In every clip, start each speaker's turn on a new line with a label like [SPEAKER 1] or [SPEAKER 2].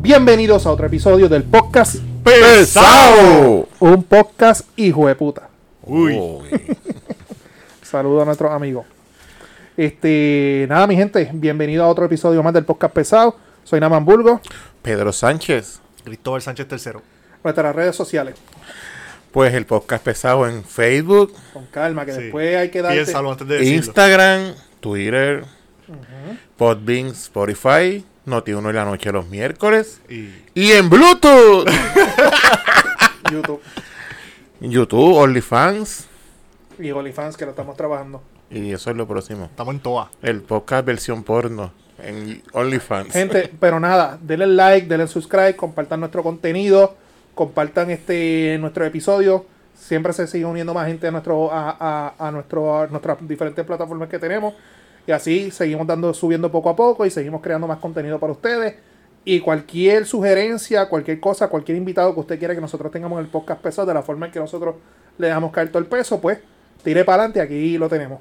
[SPEAKER 1] Bienvenidos a otro episodio del podcast
[SPEAKER 2] ¡Pesado!
[SPEAKER 1] Un podcast hijo de puta.
[SPEAKER 2] Uy.
[SPEAKER 1] Saludo a nuestros amigos. Este, nada, mi gente, bienvenido a otro episodio más del podcast pesado. Soy Naman Burgo.
[SPEAKER 2] Pedro Sánchez.
[SPEAKER 3] Cristóbal Sánchez III.
[SPEAKER 1] Nuestras redes sociales.
[SPEAKER 2] Pues el podcast pesado en Facebook,
[SPEAKER 1] Con calma, que
[SPEAKER 3] Sí.
[SPEAKER 1] después hay que este darte.
[SPEAKER 3] Piénsalo antes de decirlo.
[SPEAKER 2] Instagram, Twitter, Podbean, Spotify, Noti Uno en la noche los miércoles
[SPEAKER 3] Y
[SPEAKER 2] y en Bluetooth,
[SPEAKER 1] YouTube
[SPEAKER 2] YouTube, OnlyFans
[SPEAKER 1] y OnlyFans que lo estamos trabajando.
[SPEAKER 2] y eso es lo próximo.
[SPEAKER 3] estamos en toa.
[SPEAKER 2] El podcast versión porno en OnlyFans.
[SPEAKER 1] Gente, pero nada, denle like, denle subscribe, compartan nuestro contenido, compartan este nuestro episodio. Siempre se sigue uniendo más gente a nuestro, a, a, a nuestro, a nuestras diferentes plataformas que tenemos. Y así seguimos dando, subiendo poco a poco y seguimos creando más contenido para ustedes. Y cualquier sugerencia, cualquier cosa, cualquier invitado que usted quiera que nosotros tengamos en el podcast pesado, de la forma en que nosotros le dejamos caer todo el peso, pues tire para adelante, aquí lo tenemos.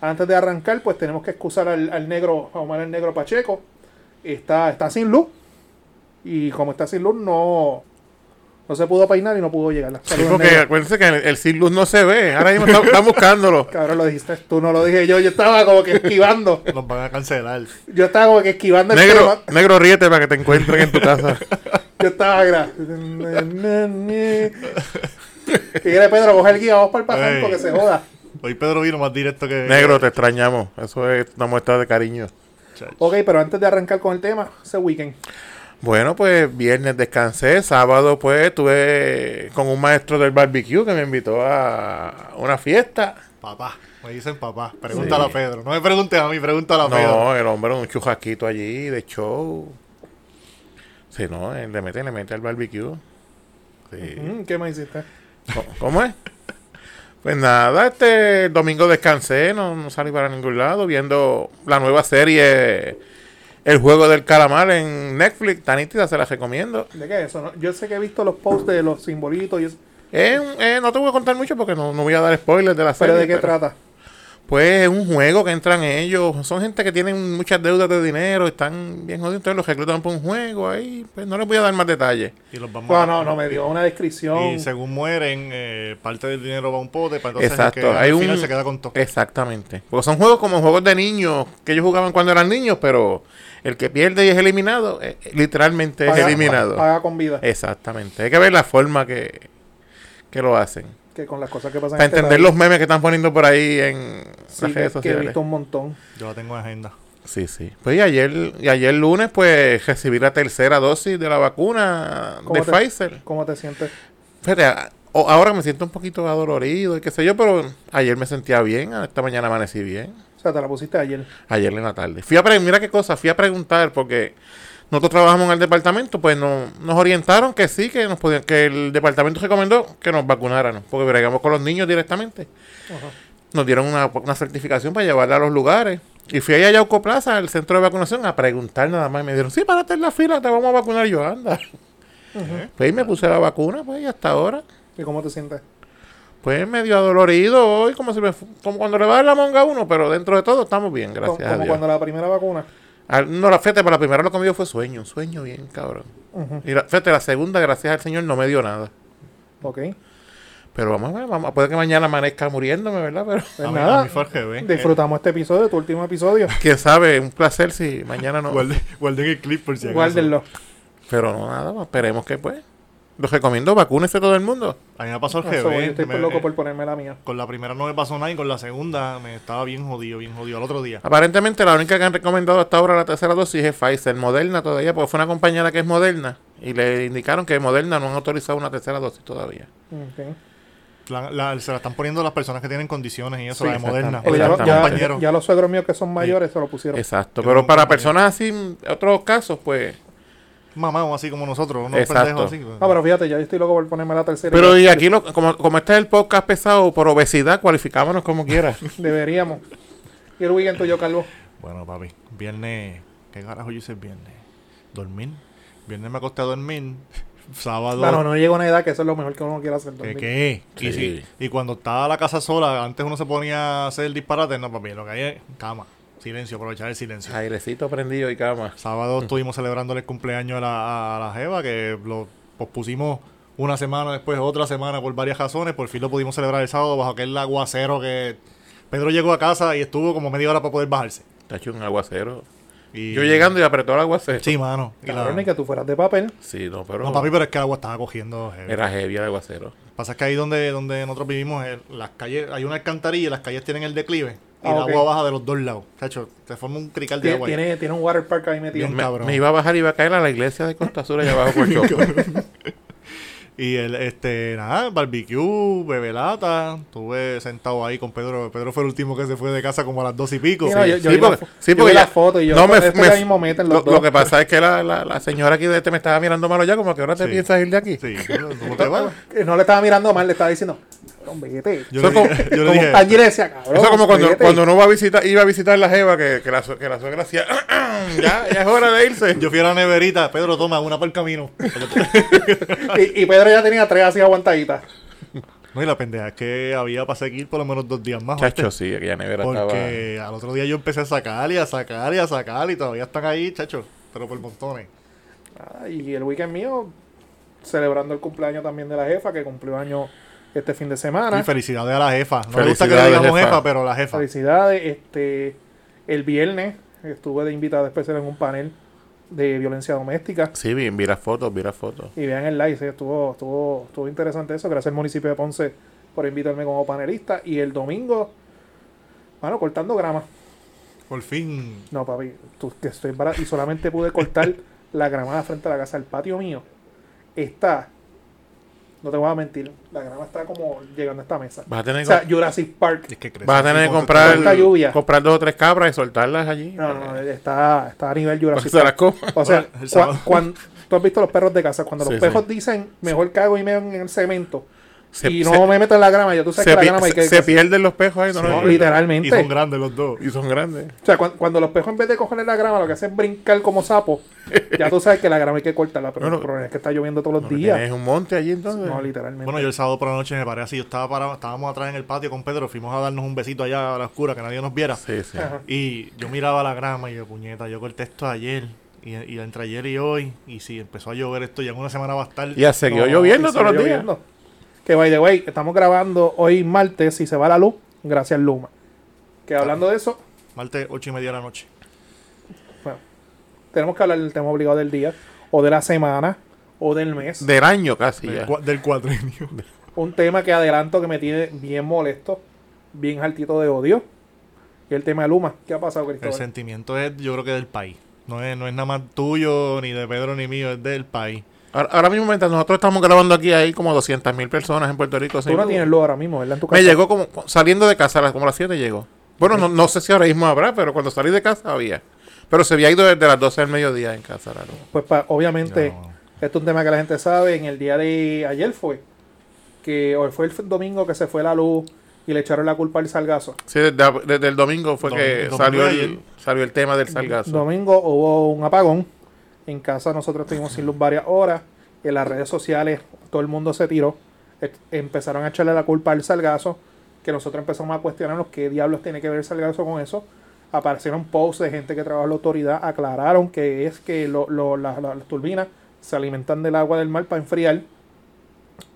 [SPEAKER 1] Antes de arrancar, pues tenemos que excusar al, al negro, a Omar el negro Pacheco, está, está sin luz. Y como está sin luz, no, no se pudo peinar y no pudo llegar.
[SPEAKER 2] Sí,
[SPEAKER 1] Saludos,
[SPEAKER 2] porque
[SPEAKER 1] negro.
[SPEAKER 2] acuérdense que el, el sin luz no se ve. Ahora mismo están, están buscándolo.
[SPEAKER 1] Cabrón, lo dijiste tú, no lo dije yo. Yo estaba como que esquivando.
[SPEAKER 3] Nos van a cancelar.
[SPEAKER 1] Yo estaba como que esquivando el
[SPEAKER 2] Negro,
[SPEAKER 1] tema.
[SPEAKER 2] negro, ríete para que te encuentren en tu casa.
[SPEAKER 1] Yo estaba gra... Tigre Pedro, coge el guía, vamos para el pasante
[SPEAKER 3] Ey.
[SPEAKER 1] porque se joda.
[SPEAKER 3] Hoy Pedro vino más directo que.
[SPEAKER 2] Negro, te extrañamos. Eso es una muestra de cariño.
[SPEAKER 3] Chacho.
[SPEAKER 1] Ok, pero antes de arrancar con el tema, ese weekend.
[SPEAKER 2] Bueno, pues viernes descansé, sábado pues estuve con un maestro del barbecue que me invitó a una fiesta.
[SPEAKER 3] Papá. Me dicen papá. Pregúntale a Pedro. No me preguntes a mí, pregúntale a Pedro.
[SPEAKER 2] No, el hombre un chujaquito allí de show. Sí, no, él le mete, le mete al barbecue. Sí.
[SPEAKER 1] Mm, ¿Qué me hiciste?
[SPEAKER 2] Co- ¿Cómo es? Pues nada, este domingo descansé, no, no salí para ningún lado, viendo la nueva serie El Juego del Calamar en Netflix, tan nítida, se la recomiendo.
[SPEAKER 1] ¿De qué es eso? no? Yo sé que he visto los posts de los simbolitos y eso.
[SPEAKER 2] Eh, eh, no te voy a contar mucho porque no, no voy a dar spoilers de la serie.
[SPEAKER 1] ¿Pero de qué trata?
[SPEAKER 2] Pues es un juego que entran ellos. Son gente que tienen muchas deudas de dinero, están bien jodidos, entonces los reclutan por un juego ahí. Pues no les voy a dar más detalles.
[SPEAKER 3] Y los vamos
[SPEAKER 1] No,
[SPEAKER 3] a-
[SPEAKER 1] no, no, me dio una descripción.
[SPEAKER 3] Y según mueren, eh, parte del dinero va a un pote. Para entonces
[SPEAKER 2] Exacto,
[SPEAKER 3] el que
[SPEAKER 2] hay
[SPEAKER 3] al
[SPEAKER 2] un-
[SPEAKER 3] final se queda con todo.
[SPEAKER 2] Exactamente. Porque son juegos como juegos de niños que ellos jugaban cuando eran niños, pero el que pierde y es eliminado, eh, literalmente es
[SPEAKER 1] Paga-
[SPEAKER 2] eliminado. Eh,
[SPEAKER 1] Paga con vida.
[SPEAKER 2] Exactamente. Hay que ver la forma que, que lo hacen.
[SPEAKER 1] Que con las cosas que pasan
[SPEAKER 2] Para
[SPEAKER 1] en este
[SPEAKER 2] entender
[SPEAKER 1] país.
[SPEAKER 2] los memes que están poniendo por ahí en
[SPEAKER 1] Sí,
[SPEAKER 2] las
[SPEAKER 1] que,
[SPEAKER 2] redes
[SPEAKER 1] que he
[SPEAKER 2] sociales.
[SPEAKER 1] visto un montón.
[SPEAKER 3] Yo la tengo en agenda.
[SPEAKER 2] Sí, sí. Pues y ayer, y ayer lunes, pues recibí la tercera dosis de la vacuna de
[SPEAKER 1] ¿Cómo te-
[SPEAKER 2] Pfizer.
[SPEAKER 1] ¿Cómo te sientes?
[SPEAKER 2] Fíjate, a- o- ahora me siento un poquito adolorido y qué sé yo, pero ayer me sentía bien, esta mañana amanecí bien.
[SPEAKER 1] O sea, te la pusiste ayer.
[SPEAKER 2] Ayer en la tarde. Fui a pre- mira qué cosa, fui a preguntar porque nosotros trabajamos en el departamento, pues no, nos orientaron que sí, que nos podían, que el departamento recomendó que nos vacunáramos, porque bregamos con los niños directamente. Nos dieron una, una certificación para llevarla a los lugares. Y fui allá a Yauco Plaza, al centro de vacunación, a preguntar nada más. Y me dijeron, sí, párate en la fila, te vamos a vacunar. Y yo, anda. Pues ahí me puse la vacuna, pues, y hasta ahora.
[SPEAKER 1] ¿Y cómo te sientes?
[SPEAKER 2] Pues medio adolorido hoy, como si me fu- como cuando le va a dar la monga a uno, pero dentro de todo estamos bien, gracias
[SPEAKER 1] Co-
[SPEAKER 2] a
[SPEAKER 1] como
[SPEAKER 2] Dios.
[SPEAKER 1] cuando la primera vacuna.
[SPEAKER 2] Al- Ah, No, la fíjate, para la primera lo que me dio fue sueño, un sueño bien, cabrón.
[SPEAKER 1] Ujú.
[SPEAKER 2] Y la, fíjate, la segunda, gracias al Señor, no me dio nada.
[SPEAKER 1] Ok.
[SPEAKER 2] Eh, Pero vamos a ver, vamos, puede que mañana amanezca muriéndome, ¿verdad? Pero
[SPEAKER 1] Pues
[SPEAKER 3] a mí- a
[SPEAKER 1] nada.
[SPEAKER 3] mí fue al revés.
[SPEAKER 1] disfrutamos este episodio, tu último episodio.
[SPEAKER 2] quién sabe, un placer si mañana no.
[SPEAKER 3] Guarden, Eh, guarden el clip por si acaso.
[SPEAKER 1] Guárdenlo.
[SPEAKER 2] Pero no, nada, pues, esperemos que pues. Los recomiendo, vacúnese todo el mundo.
[SPEAKER 3] A mí me pasó al
[SPEAKER 1] Eso, Ah, yo
[SPEAKER 3] revés.
[SPEAKER 1] estoy
[SPEAKER 3] Me- eh,
[SPEAKER 1] por loco por ponerme la mía.
[SPEAKER 3] Con la primera no me pasó nada y con la segunda me estaba bien jodido, bien jodido. Al otro día.
[SPEAKER 2] Aparentemente la única que han recomendado hasta ahora la tercera dosis es Pfizer, Moderna todavía, porque fue una compañera que es Moderna y le indicaron que Moderna no han autorizado una tercera dosis todavía.
[SPEAKER 1] Ok.
[SPEAKER 3] La- la- se la están poniendo a las personas que tienen condiciones y eso,
[SPEAKER 2] Sí,
[SPEAKER 3] la de moderna. pues,
[SPEAKER 1] Porque ya,
[SPEAKER 2] exactamente.
[SPEAKER 3] Los
[SPEAKER 1] lo- ya-
[SPEAKER 3] compañeros.
[SPEAKER 1] ya los suegros míos que son mayores se lo pusieron.
[SPEAKER 2] Exacto,
[SPEAKER 3] Yo
[SPEAKER 2] pero
[SPEAKER 3] no
[SPEAKER 2] para
[SPEAKER 3] comprendo.
[SPEAKER 2] personas así, otros casos, pues
[SPEAKER 3] Mamá o así como nosotros, unos
[SPEAKER 2] Exacto.
[SPEAKER 3] pendejos así. pues.
[SPEAKER 1] No, Ah, pero fíjate, ya yo estoy loco por ponerme la tercera.
[SPEAKER 2] Pero
[SPEAKER 1] Ya-
[SPEAKER 2] y aquí, lo- como, como este es el podcast pesado por obesidad, cualificámonos como quieras.
[SPEAKER 1] Deberíamos. Y el weekend tuyo, Calvo.
[SPEAKER 3] Bueno, papi, viernes. ¿Qué carajo yo hice el viernes? Dormir. Viernes me acosté a dormir. Sábado.
[SPEAKER 1] Claro, no llego a una edad que eso es lo mejor que uno quiere hacer.
[SPEAKER 3] ¿Qué?
[SPEAKER 1] dormir.
[SPEAKER 3] qué?
[SPEAKER 2] Sí.
[SPEAKER 3] Y, si- y cuando estaba la casa sola, antes uno se ponía a hacer disparates. No, papi, lo que hay es cama. Silencio, aprovechar el silencio.
[SPEAKER 2] Airecito prendido y cama.
[SPEAKER 3] Sábado estuvimos celebrando el cumpleaños a la, a la Jeva, que lo pospusimos una semana, después otra semana por varias razones. Por fin lo pudimos celebrar el sábado bajo aquel aguacero que Pedro llegó a casa y estuvo como media hora para poder bajarse.
[SPEAKER 2] Te ha hecho un aguacero.
[SPEAKER 3] Y-
[SPEAKER 2] Yo llegando y apretó el aguacero.
[SPEAKER 3] Sí, mano. Y la-
[SPEAKER 1] Cabrón, ni que tú fueras de papel.
[SPEAKER 2] Sí, no, pero.
[SPEAKER 3] No, papi, pero es que el agua estaba cogiendo. heavy.
[SPEAKER 2] Era heavy el aguacero.
[SPEAKER 3] Pasa que ahí donde, donde nosotros vivimos, eh, las calles, hay una alcantarilla y las calles tienen el declive. Y
[SPEAKER 1] Ah,
[SPEAKER 3] el
[SPEAKER 1] ok.
[SPEAKER 3] agua baja de los dos lados. Chacho, se forma un crical de
[SPEAKER 1] Tiene,
[SPEAKER 3] agua. ahí.
[SPEAKER 1] tiene, tiene un water park ahí metido.
[SPEAKER 3] Bien.
[SPEAKER 2] Me,
[SPEAKER 3] Cabrón.
[SPEAKER 2] me iba a bajar y iba a caer a la iglesia de Costa Azul allá abajo por el show.
[SPEAKER 3] Y el, este, nada, barbecue, bebelata. Estuve sentado ahí con Pedro. Pedro fue el último que se fue de casa como a las dos y pico.
[SPEAKER 1] Mira, yo-
[SPEAKER 2] Sí, sí,
[SPEAKER 1] vi la
[SPEAKER 2] porque,
[SPEAKER 1] fo-
[SPEAKER 2] sí,
[SPEAKER 1] yo
[SPEAKER 2] porque
[SPEAKER 1] vi la
[SPEAKER 2] ya-
[SPEAKER 1] foto y yo,
[SPEAKER 2] no, me,
[SPEAKER 1] este
[SPEAKER 2] me-
[SPEAKER 1] ya mismo meten los
[SPEAKER 2] lo,
[SPEAKER 1] dos.
[SPEAKER 2] lo que pasa es que la, la, la señora aquí de este me estaba mirando malo ya, como que ahora te
[SPEAKER 3] Sí.
[SPEAKER 2] piensas ir de aquí.
[SPEAKER 3] Sí, ¿cómo te va?
[SPEAKER 1] Que No le estaba mirando mal, le estaba diciendo, cabrón, vete.
[SPEAKER 3] Yo
[SPEAKER 2] Eso
[SPEAKER 3] le
[SPEAKER 2] es como-
[SPEAKER 3] dije, yo le
[SPEAKER 1] como
[SPEAKER 3] dije,
[SPEAKER 1] Tanji le decía, cabrón.
[SPEAKER 2] Eso como cuando,
[SPEAKER 1] vete".
[SPEAKER 2] cuando uno va a visitar, iba a visitar la jeva que, que, la, su- que la suegra hacía, ya, ya es hora de irse.
[SPEAKER 3] yo fui a la neverita, Pedro, toma una para el camino.
[SPEAKER 1] Y, y Pedro ya tenía tres así aguantaditas.
[SPEAKER 3] No, y la pendeja es que había para seguir por lo menos dos días más.
[SPEAKER 2] Chacho, sí, aquella nevera estaba...
[SPEAKER 3] Porque al otro día yo empecé a sacar y a sacar y a sacar y todavía están ahí, chacho, pero por montones.
[SPEAKER 1] Ah, y el weekend mío, celebrando el cumpleaños también de la jefa, que cumplió año este fin de semana.
[SPEAKER 3] Y felicidades a la jefa. No me gusta que le
[SPEAKER 2] Felicidades,
[SPEAKER 3] digamos jefa,
[SPEAKER 2] jefa.
[SPEAKER 3] pero la jefa.
[SPEAKER 1] Felicidades. Este, el viernes estuve de invitado especial en un panel de violencia doméstica.
[SPEAKER 2] Sí, vi, vi las fotos, vi las fotos.
[SPEAKER 1] Y vean el live, sí, estuvo, estuvo, estuvo interesante eso. Gracias al municipio de Ponce por invitarme como panelista. Y el domingo, bueno, cortando grama.
[SPEAKER 3] Por fin.
[SPEAKER 1] No, papi, tú- que estoy embara- y solamente pude cortar la gramada frente a la casa. El patio mío está, no te voy a mentir, la grama está como llegando a esta mesa.
[SPEAKER 2] Vas a tener,
[SPEAKER 1] O
[SPEAKER 2] que
[SPEAKER 1] sea, Jurassic Park.
[SPEAKER 3] Es que crece.
[SPEAKER 2] vas a tener
[SPEAKER 3] Y
[SPEAKER 2] que
[SPEAKER 3] con-
[SPEAKER 1] tanta lluvia.
[SPEAKER 2] comprar, comprar dos o tres cabras y soltarlas allí.
[SPEAKER 1] No, no, no, está, está a nivel Jurassic
[SPEAKER 2] Se las
[SPEAKER 1] Park.
[SPEAKER 2] coman.
[SPEAKER 1] O sea,
[SPEAKER 3] El
[SPEAKER 1] cua-
[SPEAKER 3] sábado.
[SPEAKER 1] cuan- tú has visto los perros de casa, cuando
[SPEAKER 2] Sí,
[SPEAKER 1] los
[SPEAKER 2] sí.
[SPEAKER 1] perros dicen, mejor cago y me en el cemento.
[SPEAKER 2] Se-
[SPEAKER 1] y no
[SPEAKER 2] se-
[SPEAKER 1] me meto en la grama, ya tú sabes
[SPEAKER 2] se,
[SPEAKER 1] que la pues.
[SPEAKER 2] pi-
[SPEAKER 1] grama hay que...
[SPEAKER 2] se- se pierden los pejos ahí, no, no,
[SPEAKER 1] No,
[SPEAKER 2] no.
[SPEAKER 1] literalmente.
[SPEAKER 3] Y son grandes los dos.
[SPEAKER 2] Y son grandes.
[SPEAKER 1] O sea, cuan- cuando, los pejos en vez de cogerle la grama, lo que hacen es brincar como sapo. Ya tú sabes que la grama hay que cortarla, pero
[SPEAKER 2] No, no.
[SPEAKER 1] el problema es que está lloviendo todos los días.
[SPEAKER 2] Tienes un monte allí entonces.
[SPEAKER 1] No, literalmente.
[SPEAKER 3] Bueno, yo el sábado por la noche me paré así. Yo estaba parado, estábamos atrás en el patio con Pedro. Fuimos a darnos un besito allá a la oscura, que nadie nos viera.
[SPEAKER 2] Sí, sí.
[SPEAKER 1] Ajá.
[SPEAKER 3] Y yo miraba la grama y yo, puñeta, yo corté esto ayer. Y, y entre ayer y hoy. Y si empezó a llover esto, ya en una semana va a estar.
[SPEAKER 2] Y ya seguido
[SPEAKER 1] No,
[SPEAKER 2] lloviendo
[SPEAKER 1] y
[SPEAKER 2] todos los
[SPEAKER 1] siguió
[SPEAKER 2] días.
[SPEAKER 1] lloviendo. Que by the way, estamos grabando hoy martes, si se va la luz, gracias Luma. Que hablando de eso,
[SPEAKER 3] Martes, ocho y media de la noche.
[SPEAKER 1] bueno, tenemos que hablar del tema obligado del día, o de la semana, o del mes.
[SPEAKER 2] Del año casi
[SPEAKER 3] Del,
[SPEAKER 2] ya.
[SPEAKER 3] cua- del cuadrenio.
[SPEAKER 1] Un tema que adelanto que me tiene bien molesto, bien altito de odio. Y el tema de Luma. ¿Qué ha pasado,
[SPEAKER 3] El
[SPEAKER 1] Cristóbal?
[SPEAKER 3] sentimiento es, yo creo que del país. No es, no es nada más tuyo, ni de Pedro, ni mío, es del país.
[SPEAKER 2] Ahora, ahora mismo, mientras nosotros estamos grabando aquí, hay como 200 mil personas en Puerto Rico.
[SPEAKER 1] Tú
[SPEAKER 2] sin
[SPEAKER 1] no
[SPEAKER 2] luz.
[SPEAKER 1] tienes luz ahora mismo, ¿verdad? En tu casa.
[SPEAKER 2] Me llegó como saliendo de casa, a las- como a las 7 llegó. Bueno, no, no sé si ahora mismo habrá, pero cuando salí de casa había. Pero se había ido desde las 12 del mediodía en casa. la luz.
[SPEAKER 1] Pues pa- obviamente,
[SPEAKER 3] No.
[SPEAKER 1] esto es un tema que la gente sabe. En el día de ayer fue, que hoy fue el f- domingo que se fue la luz y le echaron la culpa al salgazo.
[SPEAKER 2] Sí, desde, desde el domingo fue
[SPEAKER 3] Domingo-
[SPEAKER 2] que
[SPEAKER 3] domingo
[SPEAKER 2] salió
[SPEAKER 3] de
[SPEAKER 2] el,
[SPEAKER 3] ayer.
[SPEAKER 2] salió el tema del salgazo.
[SPEAKER 1] Domingo hubo un apagón. En casa nosotros estuvimos sin luz varias horas. En las redes sociales todo el mundo se tiró. E- Empezaron a echarle la culpa al salgazo. Que nosotros empezamos a cuestionarnos qué diablos tiene que ver el salgazo con eso. Aparecieron posts de gente que trabaja en la autoridad. Aclararon que es que lo- lo- la- la- las turbinas se alimentan del agua del mar para enfriar.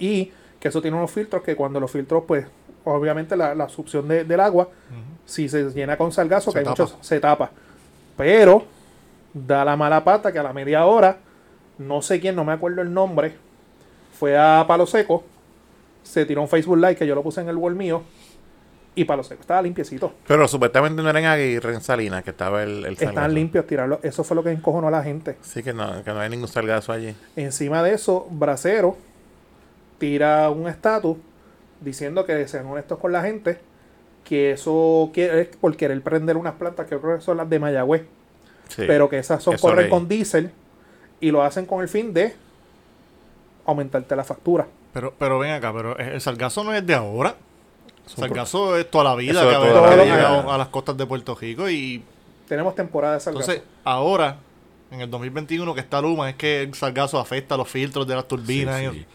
[SPEAKER 1] Y que eso tiene unos filtros que cuando los filtros, pues obviamente la, la succión de- del agua
[SPEAKER 3] Ujú.
[SPEAKER 1] si se llena con salgazo,
[SPEAKER 3] Se
[SPEAKER 1] que hay
[SPEAKER 3] tapa.
[SPEAKER 1] muchos, se tapa. Pero da la mala pata que a la media hora, no sé quién, no me acuerdo el nombre, fue a Palo Seco, se tiró un Facebook Live que yo lo puse en el wall mío, y Palo Seco estaba limpiecito.
[SPEAKER 2] Pero supuestamente no era en Aguirre, en Salinas, que estaba el, el salgazo.
[SPEAKER 1] Estaban limpios, tirarlo. Eso fue lo que encojonó a la gente.
[SPEAKER 2] Sí, que no, que no hay ningún salgazo allí.
[SPEAKER 1] Encima de eso, Bracero tira un estatus diciendo que sean honestos con la gente, que eso quiere, es por querer prender unas plantas que creo que son las de Mayagüez.
[SPEAKER 2] Sí.
[SPEAKER 1] pero que esas son
[SPEAKER 2] Eso
[SPEAKER 1] corren
[SPEAKER 2] leí.
[SPEAKER 1] con diésel y lo hacen con el fin de aumentarte la factura.
[SPEAKER 3] Pero, pero ven acá, pero e, el salgazo no es de ahora.
[SPEAKER 2] Eso fue-
[SPEAKER 3] Salgazo es toda la vida
[SPEAKER 2] Eso
[SPEAKER 3] que
[SPEAKER 2] es
[SPEAKER 3] ha
[SPEAKER 2] toda
[SPEAKER 1] la
[SPEAKER 3] ha
[SPEAKER 1] vida.
[SPEAKER 3] llegado a las costas de Puerto Rico. Y
[SPEAKER 1] Tenemos temporada de salgazo.
[SPEAKER 3] entonces, ahora, en el 2021 que está Luma, es que el salgazo afecta los filtros de las turbinas
[SPEAKER 2] Sí,
[SPEAKER 3] y-
[SPEAKER 2] sí.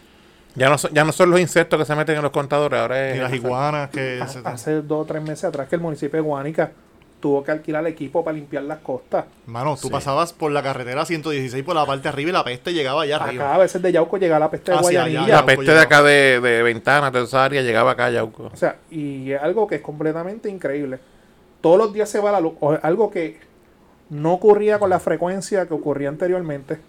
[SPEAKER 2] Ya, no son, ya no son los insectos que se meten en los contadores, ahora
[SPEAKER 3] y,
[SPEAKER 2] es...
[SPEAKER 3] las iguanas que
[SPEAKER 1] Ha-
[SPEAKER 3] se-
[SPEAKER 1] hace dos o tres meses atrás que el municipio de Guánica tuvo que alquilar equipo para limpiar las costas.
[SPEAKER 3] Mano, tú
[SPEAKER 2] Sí.
[SPEAKER 3] pasabas por la carretera 116 por la parte de arriba y la peste llegaba allá
[SPEAKER 1] Acá
[SPEAKER 3] arriba.
[SPEAKER 1] a veces de Yauco llegaba la peste de
[SPEAKER 3] Hacia allá,
[SPEAKER 1] Guayanilla.
[SPEAKER 2] La
[SPEAKER 3] Yauco
[SPEAKER 2] peste de
[SPEAKER 3] llegaba.
[SPEAKER 2] acá de, de Ventana, de esa área, llegaba acá a Yauco.
[SPEAKER 1] O sea, y es algo que es completamente increíble. Todos los días se va la luz. o algo que no ocurría con la frecuencia que ocurría anteriormente.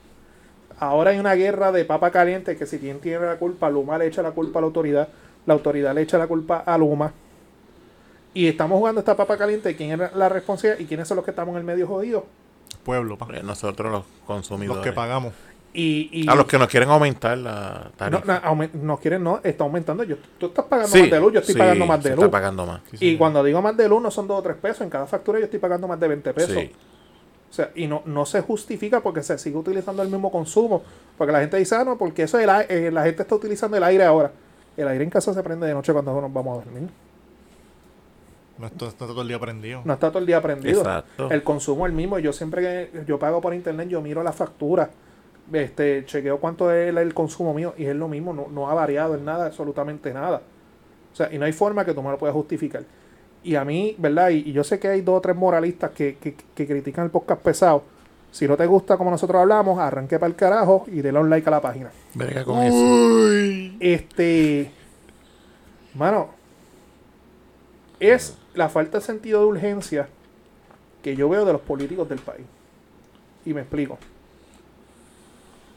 [SPEAKER 1] Ahora hay una guerra de papa caliente que si quien tiene la culpa, Luma le echa la culpa a la autoridad. La autoridad le echa la culpa a Luma. Y estamos jugando esta papa caliente. de ¿Quién es la responsabilidad? ¿Y quiénes son los que estamos en el medio jodido?
[SPEAKER 3] Pueblo, pa.
[SPEAKER 2] Eh, Nosotros los
[SPEAKER 3] Los
[SPEAKER 2] consumidores.
[SPEAKER 3] que pagamos.
[SPEAKER 1] Y, y-
[SPEAKER 2] a los que nos quieren aumentar la
[SPEAKER 1] no, no,
[SPEAKER 2] tarifa.
[SPEAKER 1] aumen- no quieren, no, está aumentando. Yo, tú estás pagando
[SPEAKER 2] Sí,
[SPEAKER 1] más de luz, yo estoy
[SPEAKER 2] sí,
[SPEAKER 1] pagando más
[SPEAKER 2] se
[SPEAKER 1] de
[SPEAKER 2] Está
[SPEAKER 1] luz.
[SPEAKER 2] pagando más.
[SPEAKER 3] Sí,
[SPEAKER 1] Y
[SPEAKER 3] señor.
[SPEAKER 1] cuando digo más de luz, no son dos o tres pesos. En cada factura yo estoy pagando más de 20 pesos.
[SPEAKER 2] Sí.
[SPEAKER 1] O sea, y no, no se justifica porque se sigue utilizando el mismo consumo. Porque la gente dice, ah, no, porque eso es el a- eh, la gente está utilizando el aire ahora. El aire en casa se prende de noche cuando nos vamos a dormir.
[SPEAKER 3] No está, está todo el día prendido.
[SPEAKER 1] No está todo el día prendido.
[SPEAKER 2] Exacto.
[SPEAKER 1] El consumo es el mismo. Yo siempre que yo pago por internet, yo miro la factura. Este, chequeo cuánto es el, el consumo mío y es lo mismo, no, no ha variado en nada, absolutamente nada. O sea, y no hay forma que tú me lo puedas justificar. Y a mí, ¿verdad? Y, y yo sé que hay dos o tres moralistas que, que- que critican el podcast pesado. Si no te gusta como nosotros hablamos, arranque para el carajo y déle un like a la página.
[SPEAKER 2] Verga con eso.
[SPEAKER 3] Uy.
[SPEAKER 1] Este. Mano. Es la falta de sentido de urgencia que yo veo de los políticos del país. Y me explico.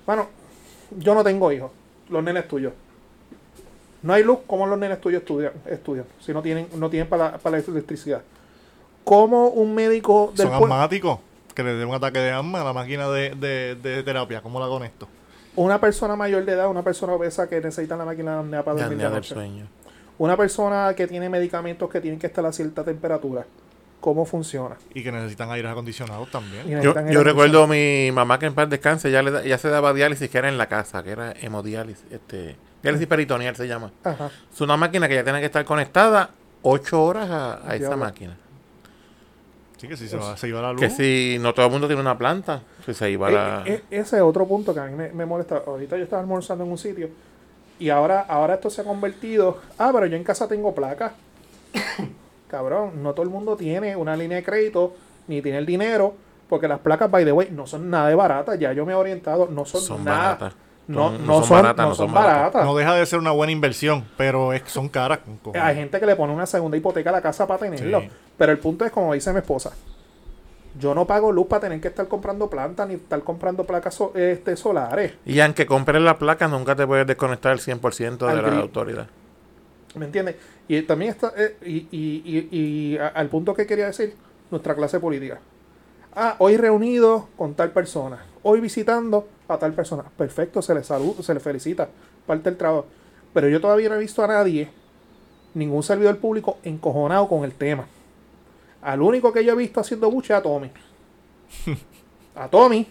[SPEAKER 1] Mano, yo no tengo hijos. Los nenes tuyos. No hay luz, ¿cómo los nenes tuyos estudian? estudian si no tienen, no tienen para, para la electricidad. ¿Cómo un médico del
[SPEAKER 3] Son
[SPEAKER 1] pueblo-
[SPEAKER 3] asmáticos. Que le dé un ataque de asma a la máquina de, de- de terapia. ¿Cómo la conecto?
[SPEAKER 1] una persona mayor de edad, una persona obesa que necesita la máquina de apnea para
[SPEAKER 2] Ya
[SPEAKER 1] dormir
[SPEAKER 2] ni
[SPEAKER 1] de
[SPEAKER 2] al
[SPEAKER 1] noche?
[SPEAKER 2] sueño.
[SPEAKER 1] Una persona que tiene medicamentos que tienen que estar a cierta temperatura, ¿cómo funciona?
[SPEAKER 3] Y que necesitan aires acondicionados
[SPEAKER 1] Y
[SPEAKER 3] también.
[SPEAKER 2] Yo,
[SPEAKER 1] necesitan
[SPEAKER 2] yo
[SPEAKER 1] el-
[SPEAKER 2] recuerdo a mi mamá que en paz descanse, ya, le da- ya se daba diálisis que era en la casa, que era hemodiálisis, este, diálisis peritoneal se llama.
[SPEAKER 1] Ajá.
[SPEAKER 2] Es una máquina que ya tiene que estar conectada ocho horas a, a esa
[SPEAKER 1] Diablo.
[SPEAKER 2] máquina.
[SPEAKER 3] Sí, que si se,
[SPEAKER 1] Pues,
[SPEAKER 3] va, se iba la luz.
[SPEAKER 2] Que si no todo el mundo tiene una planta, si se iba la...
[SPEAKER 1] E- e- ese es otro punto que a mí me, me molesta. Ahorita yo estaba almorzando en un sitio y ahora, ahora esto se ha convertido. Ah, pero yo en casa tengo placas. Cabrón, no todo el mundo tiene una línea de crédito ni tiene el dinero porque las placas, by the way, no son nada de baratas. Ya yo me he orientado, no son,
[SPEAKER 2] son
[SPEAKER 1] nada.
[SPEAKER 2] baratas.
[SPEAKER 1] No,
[SPEAKER 2] Son-
[SPEAKER 1] no son, no son baratas.
[SPEAKER 3] No deja de ser una buena inversión, pero es, son caras. con cojones.
[SPEAKER 1] Hay gente que le pone una segunda hipoteca a la casa para tenerlo.
[SPEAKER 3] Sí.
[SPEAKER 1] Pero el punto es, como dice mi esposa, yo no pago luz para tener que estar comprando plantas ni estar comprando placas so- este, solares.
[SPEAKER 2] Y aunque compres la placa, nunca te puedes desconectar el 100% de
[SPEAKER 1] Al
[SPEAKER 2] la
[SPEAKER 1] grid.
[SPEAKER 2] autoridad.
[SPEAKER 1] ¿Me entiendes? Y también está, eh, y, y- y- y a- al punto que quería decir, nuestra clase política. Ah, hoy reunido con tal persona, hoy visitando a tal persona. Perfecto, se le saluda, se le felicita, parte del trabajo. Pero yo todavía no he visto a nadie, ningún servidor público, encojonado con el tema. Al único que yo he visto haciendo buche es a Tommy. A Tommy.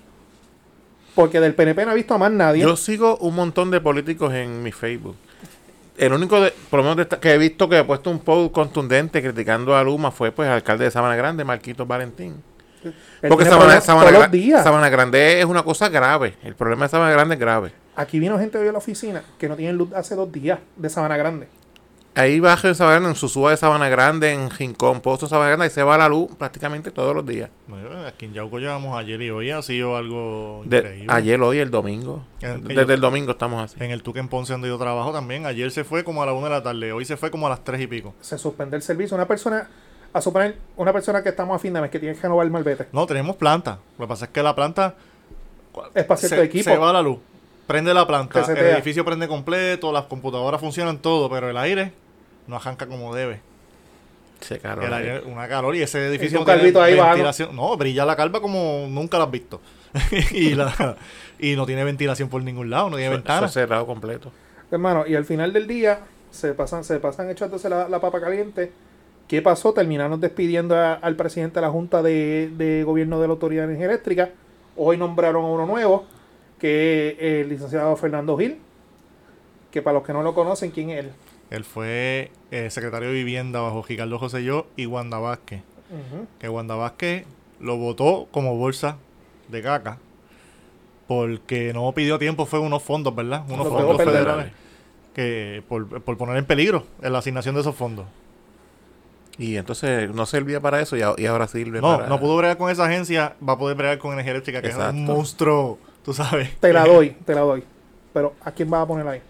[SPEAKER 1] Porque del PNP no he visto a más nadie.
[SPEAKER 2] Yo sigo un montón de políticos en mi Facebook. El único, de, por lo menos de esta- que he visto que ha puesto un post contundente criticando a Luma fue pues el alcalde de Sabana Grande, Marquitos Valentín.
[SPEAKER 1] Él tiene
[SPEAKER 2] Porque Sabana,
[SPEAKER 1] problemas
[SPEAKER 2] Sabana
[SPEAKER 1] todos
[SPEAKER 2] Gra-
[SPEAKER 1] los días.
[SPEAKER 2] Sabana Grande es una cosa grave. El problema de Sabana Grande es grave.
[SPEAKER 1] Aquí vino gente hoy a la oficina que no tienen luz hace dos días de Sabana Grande.
[SPEAKER 2] Ahí baja en Sabana, en Susúa de Sabana Grande, en Rincón, Pozo de Sabana Grande, ahí se va la luz prácticamente todos los días.
[SPEAKER 3] No, eh, Aquí en Yauco llevamos ayer y hoy ha sido algo
[SPEAKER 2] De-
[SPEAKER 3] increíble.
[SPEAKER 2] ayer, hoy, el domingo.
[SPEAKER 3] Eh, que
[SPEAKER 2] Desde
[SPEAKER 3] yo-
[SPEAKER 2] el domingo estamos así.
[SPEAKER 3] En el Tuque en Ponce donde yo trabajo también. Ayer se fue como a la una de la tarde. Hoy se fue como a las tres y pico.
[SPEAKER 1] Se suspende el servicio. Una persona, a suponer, una persona que estamos a fin de mes que tiene que renovar el malvete.
[SPEAKER 3] No, tenemos planta. Lo que pasa es que la planta
[SPEAKER 1] Es para cierto
[SPEAKER 3] se,
[SPEAKER 1] equipo.
[SPEAKER 3] se va la luz. Prende la planta. El
[SPEAKER 1] Resetea.
[SPEAKER 3] edificio prende completo. Las computadoras funcionan todo. Pero el aire no arranca como debe.
[SPEAKER 2] Se caro.
[SPEAKER 3] El aire, una calor y ese edificio
[SPEAKER 1] un
[SPEAKER 3] no tiene
[SPEAKER 1] calvito ahí vago.
[SPEAKER 3] ventilación. No, brilla la calva como nunca la has visto. y, la- y no tiene ventilación por ningún lado. No tiene
[SPEAKER 2] Eso- eso
[SPEAKER 3] ventana.
[SPEAKER 2] es cerrado completo.
[SPEAKER 1] Hermano, y al final del día se pasan, se pasan echándose la, la papa caliente. ¿Qué pasó? Terminaron despidiendo a- al presidente de la Junta de, de Gobierno de la Autoridad de Energía Eléctrica. Hoy nombraron a uno nuevo, que es el licenciado Fernando Gil. Que para los que no lo conocen, ¿quién es él?
[SPEAKER 3] Él fue eh, secretario de Vivienda bajo Ricardo José yo y Wanda Vázquez.
[SPEAKER 1] Ujú.
[SPEAKER 3] Que Wanda Vázquez lo votó como bolsa de caca. Porque no pidió tiempo, fue unos fondos, ¿verdad? Unos
[SPEAKER 1] Los
[SPEAKER 3] fondos
[SPEAKER 1] pagó
[SPEAKER 3] federales.
[SPEAKER 1] federales.
[SPEAKER 3] Que por, por poner en peligro la asignación de esos fondos.
[SPEAKER 2] Y entonces no servía para eso y, a- y ahora sirve
[SPEAKER 3] No,
[SPEAKER 2] para...
[SPEAKER 3] no pudo bregar con esa agencia, va a poder bregar con energía eléctrica, que es un
[SPEAKER 2] Exacto.
[SPEAKER 3] monstruo, tú sabes.
[SPEAKER 1] Te la doy, te la doy. Pero ¿a quién vas a poner ahí?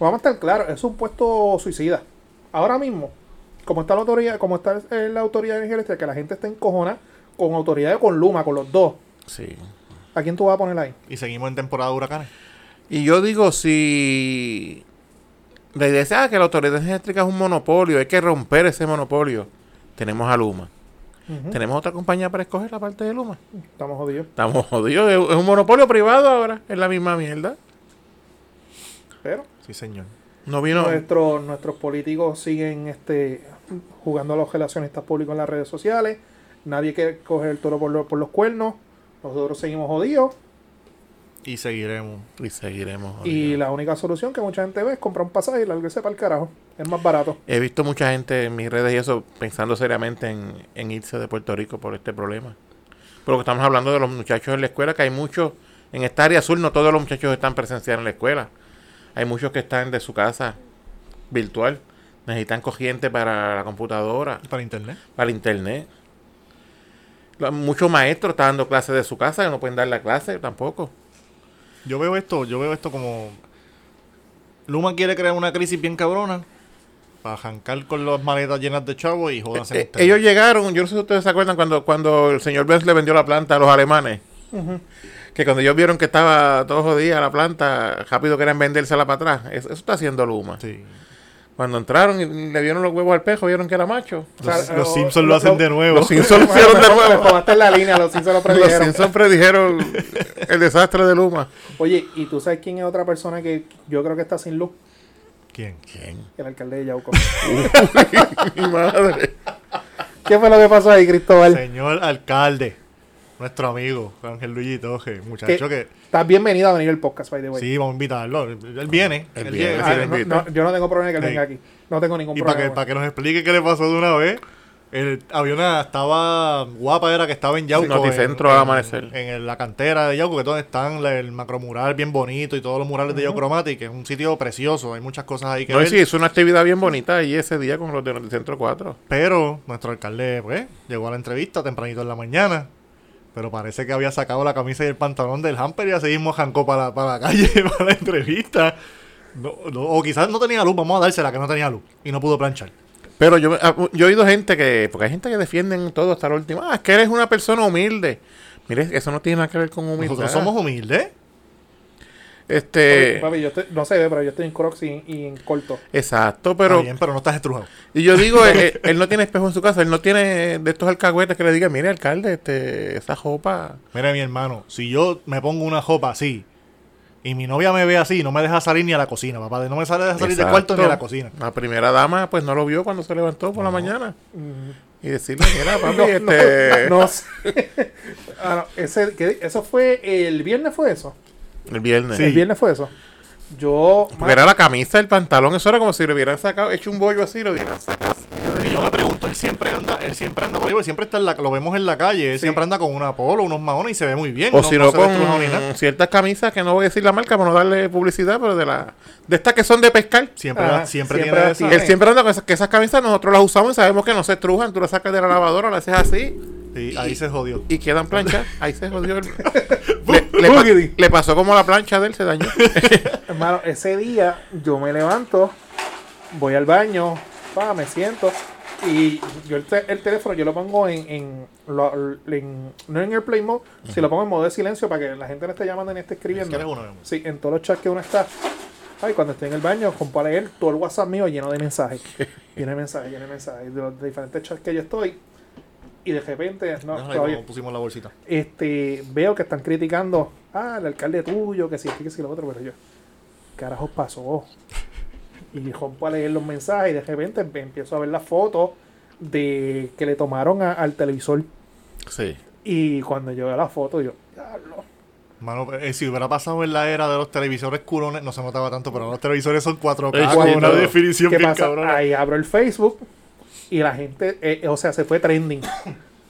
[SPEAKER 1] Vamos a estar claros, es un puesto suicida. Ahora mismo, como está la autoridad, como está eh, la autoridad de energía eléctrica, que la gente está encojona con autoridades, con Luma, con los dos.
[SPEAKER 2] Sí.
[SPEAKER 1] ¿A quién tú vas a poner ahí?
[SPEAKER 3] Y seguimos en temporada de huracanes.
[SPEAKER 2] Y yo digo, si la idea es ah, que la autoridad eléctrica es un monopolio, hay que romper ese monopolio. Tenemos a Luma.
[SPEAKER 1] Ujú,
[SPEAKER 2] Tenemos otra compañía para escoger la parte de Luma.
[SPEAKER 1] Estamos jodidos.
[SPEAKER 2] Estamos jodidos. Es es un monopolio privado ahora. Es la misma mierda.
[SPEAKER 1] Pero
[SPEAKER 3] Sí, señor.
[SPEAKER 2] No vino.
[SPEAKER 1] nuestros, nuestros políticos siguen este, jugando a los relacionistas públicos en las redes sociales. Nadie quiere coger el toro por, lo- por los cuernos. Nosotros seguimos jodidos.
[SPEAKER 3] Y seguiremos.
[SPEAKER 2] Y seguiremos.
[SPEAKER 1] Y
[SPEAKER 2] jodidos.
[SPEAKER 1] la única solución que mucha gente ve es comprar un pasaje y largarse para el carajo. Es más barato.
[SPEAKER 2] He visto mucha gente en mis redes y eso pensando seriamente en, en irse de Puerto Rico por este problema. Por lo que estamos hablando de los muchachos en la escuela, que hay muchos. En esta área azul no todos los muchachos están presenciales en la escuela. Hay muchos que están de su casa virtual. Necesitan corriente para la computadora.
[SPEAKER 3] Para internet.
[SPEAKER 2] para internet. La- Muchos maestros están dando clases de su casa que no pueden dar la clase tampoco.
[SPEAKER 3] Yo veo esto, yo veo esto como... Luma quiere crear una crisis bien cabrona para jancar con las maletas llenas de chavos y jodanse
[SPEAKER 2] Eh,
[SPEAKER 3] en
[SPEAKER 2] eh,
[SPEAKER 3] internet.
[SPEAKER 2] ellos llegaron, yo no sé si ustedes se acuerdan cuando, cuando el señor Benz le vendió la planta a los alemanes. Que cuando ellos vieron que estaba todo jodida la planta, rápido querían vendérsela para atrás. Es- Eso, está haciendo Luma.
[SPEAKER 3] Sí.
[SPEAKER 2] Cuando entraron y le vieron los huevos al pejo, vieron que era macho.
[SPEAKER 3] Los,
[SPEAKER 1] sea,
[SPEAKER 3] los
[SPEAKER 1] lo-
[SPEAKER 3] Simpsons lo,
[SPEAKER 1] lo-
[SPEAKER 3] hacen
[SPEAKER 1] lo-
[SPEAKER 3] de nuevo.
[SPEAKER 2] Los Simpsons lo hicieron de
[SPEAKER 1] Me
[SPEAKER 2] nuevo.
[SPEAKER 1] robaste en pues, la línea, los Simpsons lo
[SPEAKER 2] Los
[SPEAKER 1] prendieron.
[SPEAKER 2] Simpsons predijeron el desastre de Luma.
[SPEAKER 1] Oye, ¿y tú sabes quién es otra persona que yo creo que está sin luz?
[SPEAKER 3] ¿Quién?
[SPEAKER 2] ¿Quién?
[SPEAKER 1] El alcalde de Yauco.
[SPEAKER 2] Mi madre.
[SPEAKER 1] ¿Qué fue lo que pasó ahí, Cristóbal?
[SPEAKER 3] Señor alcalde, nuestro amigo Ángel Luigi Toje, muchacho que...
[SPEAKER 1] Estás bienvenido a venir al podcast, by the way.
[SPEAKER 3] Sí, vamos a invitarlo. Él viene.
[SPEAKER 2] Él
[SPEAKER 3] él
[SPEAKER 2] viene,
[SPEAKER 3] llega.
[SPEAKER 1] Ah,
[SPEAKER 2] sí, lo
[SPEAKER 1] no,
[SPEAKER 2] invito.
[SPEAKER 1] no, yo no tengo problema que él
[SPEAKER 3] Sí.
[SPEAKER 1] venga aquí. No tengo ningún
[SPEAKER 3] Y para que,
[SPEAKER 1] problema.
[SPEAKER 3] para que nos explique qué le pasó de una vez, el, había una, estaba guapa, era que estaba en Yauco.
[SPEAKER 2] Sí, Noticentro
[SPEAKER 3] en,
[SPEAKER 2] al
[SPEAKER 3] en-
[SPEAKER 2] amanecer.
[SPEAKER 3] En, la cantera de Yauco, que todos están, la- el macromural bien bonito y todos los murales de Yauco Cromatic, que es un sitio precioso, hay muchas cosas ahí que
[SPEAKER 2] No, y
[SPEAKER 3] ver.
[SPEAKER 2] sí, es una actividad bien bonita ahí ese día con los de Noticentro 4.
[SPEAKER 3] Pero nuestro alcalde, pues, llegó a la entrevista tempranito en la mañana. Pero parece que había sacado la camisa y el pantalón del hamper y así mismo jancó para, la- para la calle, para la entrevista. No, no, o quizás no tenía luz, vamos a dársela que no tenía luz y no pudo planchar.
[SPEAKER 2] Pero yo, ah, yo he oído gente que, porque hay gente que defienden todo hasta lo último. Ah, es que eres una persona humilde. Mire, eso no tiene nada que ver con humildad.
[SPEAKER 3] Nosotros somos humildes.
[SPEAKER 2] Este,
[SPEAKER 1] Papi, papi, yo estoy- no se ve, pero yo estoy en Crocs y, y en corto.
[SPEAKER 2] exacto,
[SPEAKER 3] Pero,
[SPEAKER 2] pero...
[SPEAKER 3] pero no estás estrujado.
[SPEAKER 2] Y yo digo, eh, eh, él, no tiene espejo en su casa, él no tiene de estos alcahuetes que le digan, mire, alcalde, este, esa jopa...
[SPEAKER 3] Mira, mi hermano, si yo me pongo una jopa así y mi novia me ve así, no me deja salir ni a la cocina, papá. No me sale deja salir del
[SPEAKER 2] Exacto.
[SPEAKER 3] cuarto ni a la cocina.
[SPEAKER 2] La primera dama, pues, no lo vio cuando se levantó por la mañana.
[SPEAKER 1] Mm.
[SPEAKER 2] Y decirle, mira, papi,
[SPEAKER 1] No, no,
[SPEAKER 2] este...
[SPEAKER 1] no sé. Ah, no, ese- que- eso fue el viernes, fue eso.
[SPEAKER 2] El viernes.
[SPEAKER 1] El viernes fue eso. Yo.
[SPEAKER 2] Porque era la camisa, el pantalón, eso era como si le hubieran sacado, hecho un bollo así, lo hubieran sacado.
[SPEAKER 3] Y yo me pregunto, él siempre anda, él siempre anda por ahí, porque siempre está en la, lo vemos en la calle, él
[SPEAKER 1] Sí.
[SPEAKER 3] siempre anda con una polo, unos maones y se ve muy bien.
[SPEAKER 2] O si no,
[SPEAKER 3] se ve estrujado ni nada.
[SPEAKER 2] con ciertas camisas que no voy a decir la marca para no darle publicidad, pero de la de estas que son de pescar.
[SPEAKER 3] Siempre,
[SPEAKER 1] Ajá,
[SPEAKER 3] la- Ah, siempre,
[SPEAKER 1] siempre
[SPEAKER 3] tiene
[SPEAKER 1] la
[SPEAKER 3] esa-
[SPEAKER 1] tiene.
[SPEAKER 2] Él siempre anda con esas, que esas camisas nosotros las usamos y sabemos que no se estrujan. Tú las sacas de la lavadora, las haces así
[SPEAKER 3] Sí, ahí se jodió.
[SPEAKER 2] y quedan planchas. Ahí se jodió. el- le, le pa- le pasó como la plancha de él, se dañó.
[SPEAKER 1] Hermano, ese día yo me levanto, voy al baño, pa, me siento. Y yo el, te- el teléfono yo lo pongo en, en, lo- en- no en airplay mode, si lo pongo en modo de silencio para que la gente no esté llamando ni esté escribiendo.
[SPEAKER 3] ¿Quieres uno, mi amor?
[SPEAKER 1] Sí, en todos los chats que uno está. Ay, cuando estoy en el baño, compa leer todo el WhatsApp mío lleno de mensajes. Lleno de mensajes, lleno de mensajes. De los diferentes chats que yo estoy. Y de repente, no,
[SPEAKER 3] Déjala ahí
[SPEAKER 1] todavía,
[SPEAKER 3] como pusimos la bolsita.
[SPEAKER 1] este, veo que están criticando, ah, el alcalde tuyo, que si este, que si lo otro, pero yo, carajos pasó. Y rompo a leer los mensajes y de repente empe- empiezo a ver las fotos de que le tomaron a- al televisor.
[SPEAKER 2] Sí.
[SPEAKER 1] Y cuando yo veo la foto, yo, diablo.
[SPEAKER 3] Mano, eh, si hubiera pasado en la era de los televisores culones, no se notaba tanto, pero ahora los televisores son 4K,
[SPEAKER 2] Eh,
[SPEAKER 3] con una
[SPEAKER 2] cuando-
[SPEAKER 3] definición
[SPEAKER 1] ¿Qué
[SPEAKER 3] bien
[SPEAKER 1] pasa?
[SPEAKER 3] cabrona.
[SPEAKER 1] Ahí abro el Facebook y la gente, eh, eh, o sea, se fue trending.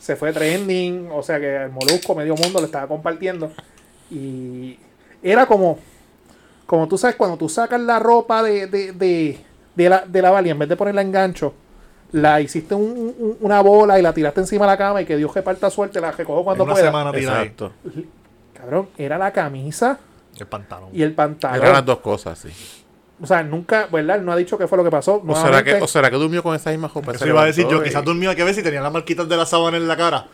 [SPEAKER 1] Se fue trending, o sea que el molusco, medio mundo lo estaba compartiendo. Y era como, como tú sabes, cuando tú sacas la ropa de, de, de, de la, de la valía, en vez de ponerla en gancho, la hiciste un- un- una bola y la tiraste encima de la cama y que Dios reparta suerte, la recojo
[SPEAKER 3] En
[SPEAKER 1] cuando
[SPEAKER 3] una
[SPEAKER 1] pueda.
[SPEAKER 3] semana tirada.
[SPEAKER 2] Exacto.
[SPEAKER 1] Cabrón, era la camisa
[SPEAKER 3] El pantalón.
[SPEAKER 1] y el pantalón.
[SPEAKER 2] Eran las dos cosas, sí.
[SPEAKER 1] O sea, nunca, ¿verdad? Él No ha dicho qué fue lo que pasó.
[SPEAKER 2] ¿O será, que,
[SPEAKER 1] Nuevamente,
[SPEAKER 2] ¿O será que durmió con esa misma ropa?
[SPEAKER 3] Eso
[SPEAKER 2] Pues Se
[SPEAKER 3] iba a decir
[SPEAKER 2] levantó
[SPEAKER 3] yo,
[SPEAKER 2] y-
[SPEAKER 3] quizás dormía que ver si tenía las marquitas de la sábana en la cara.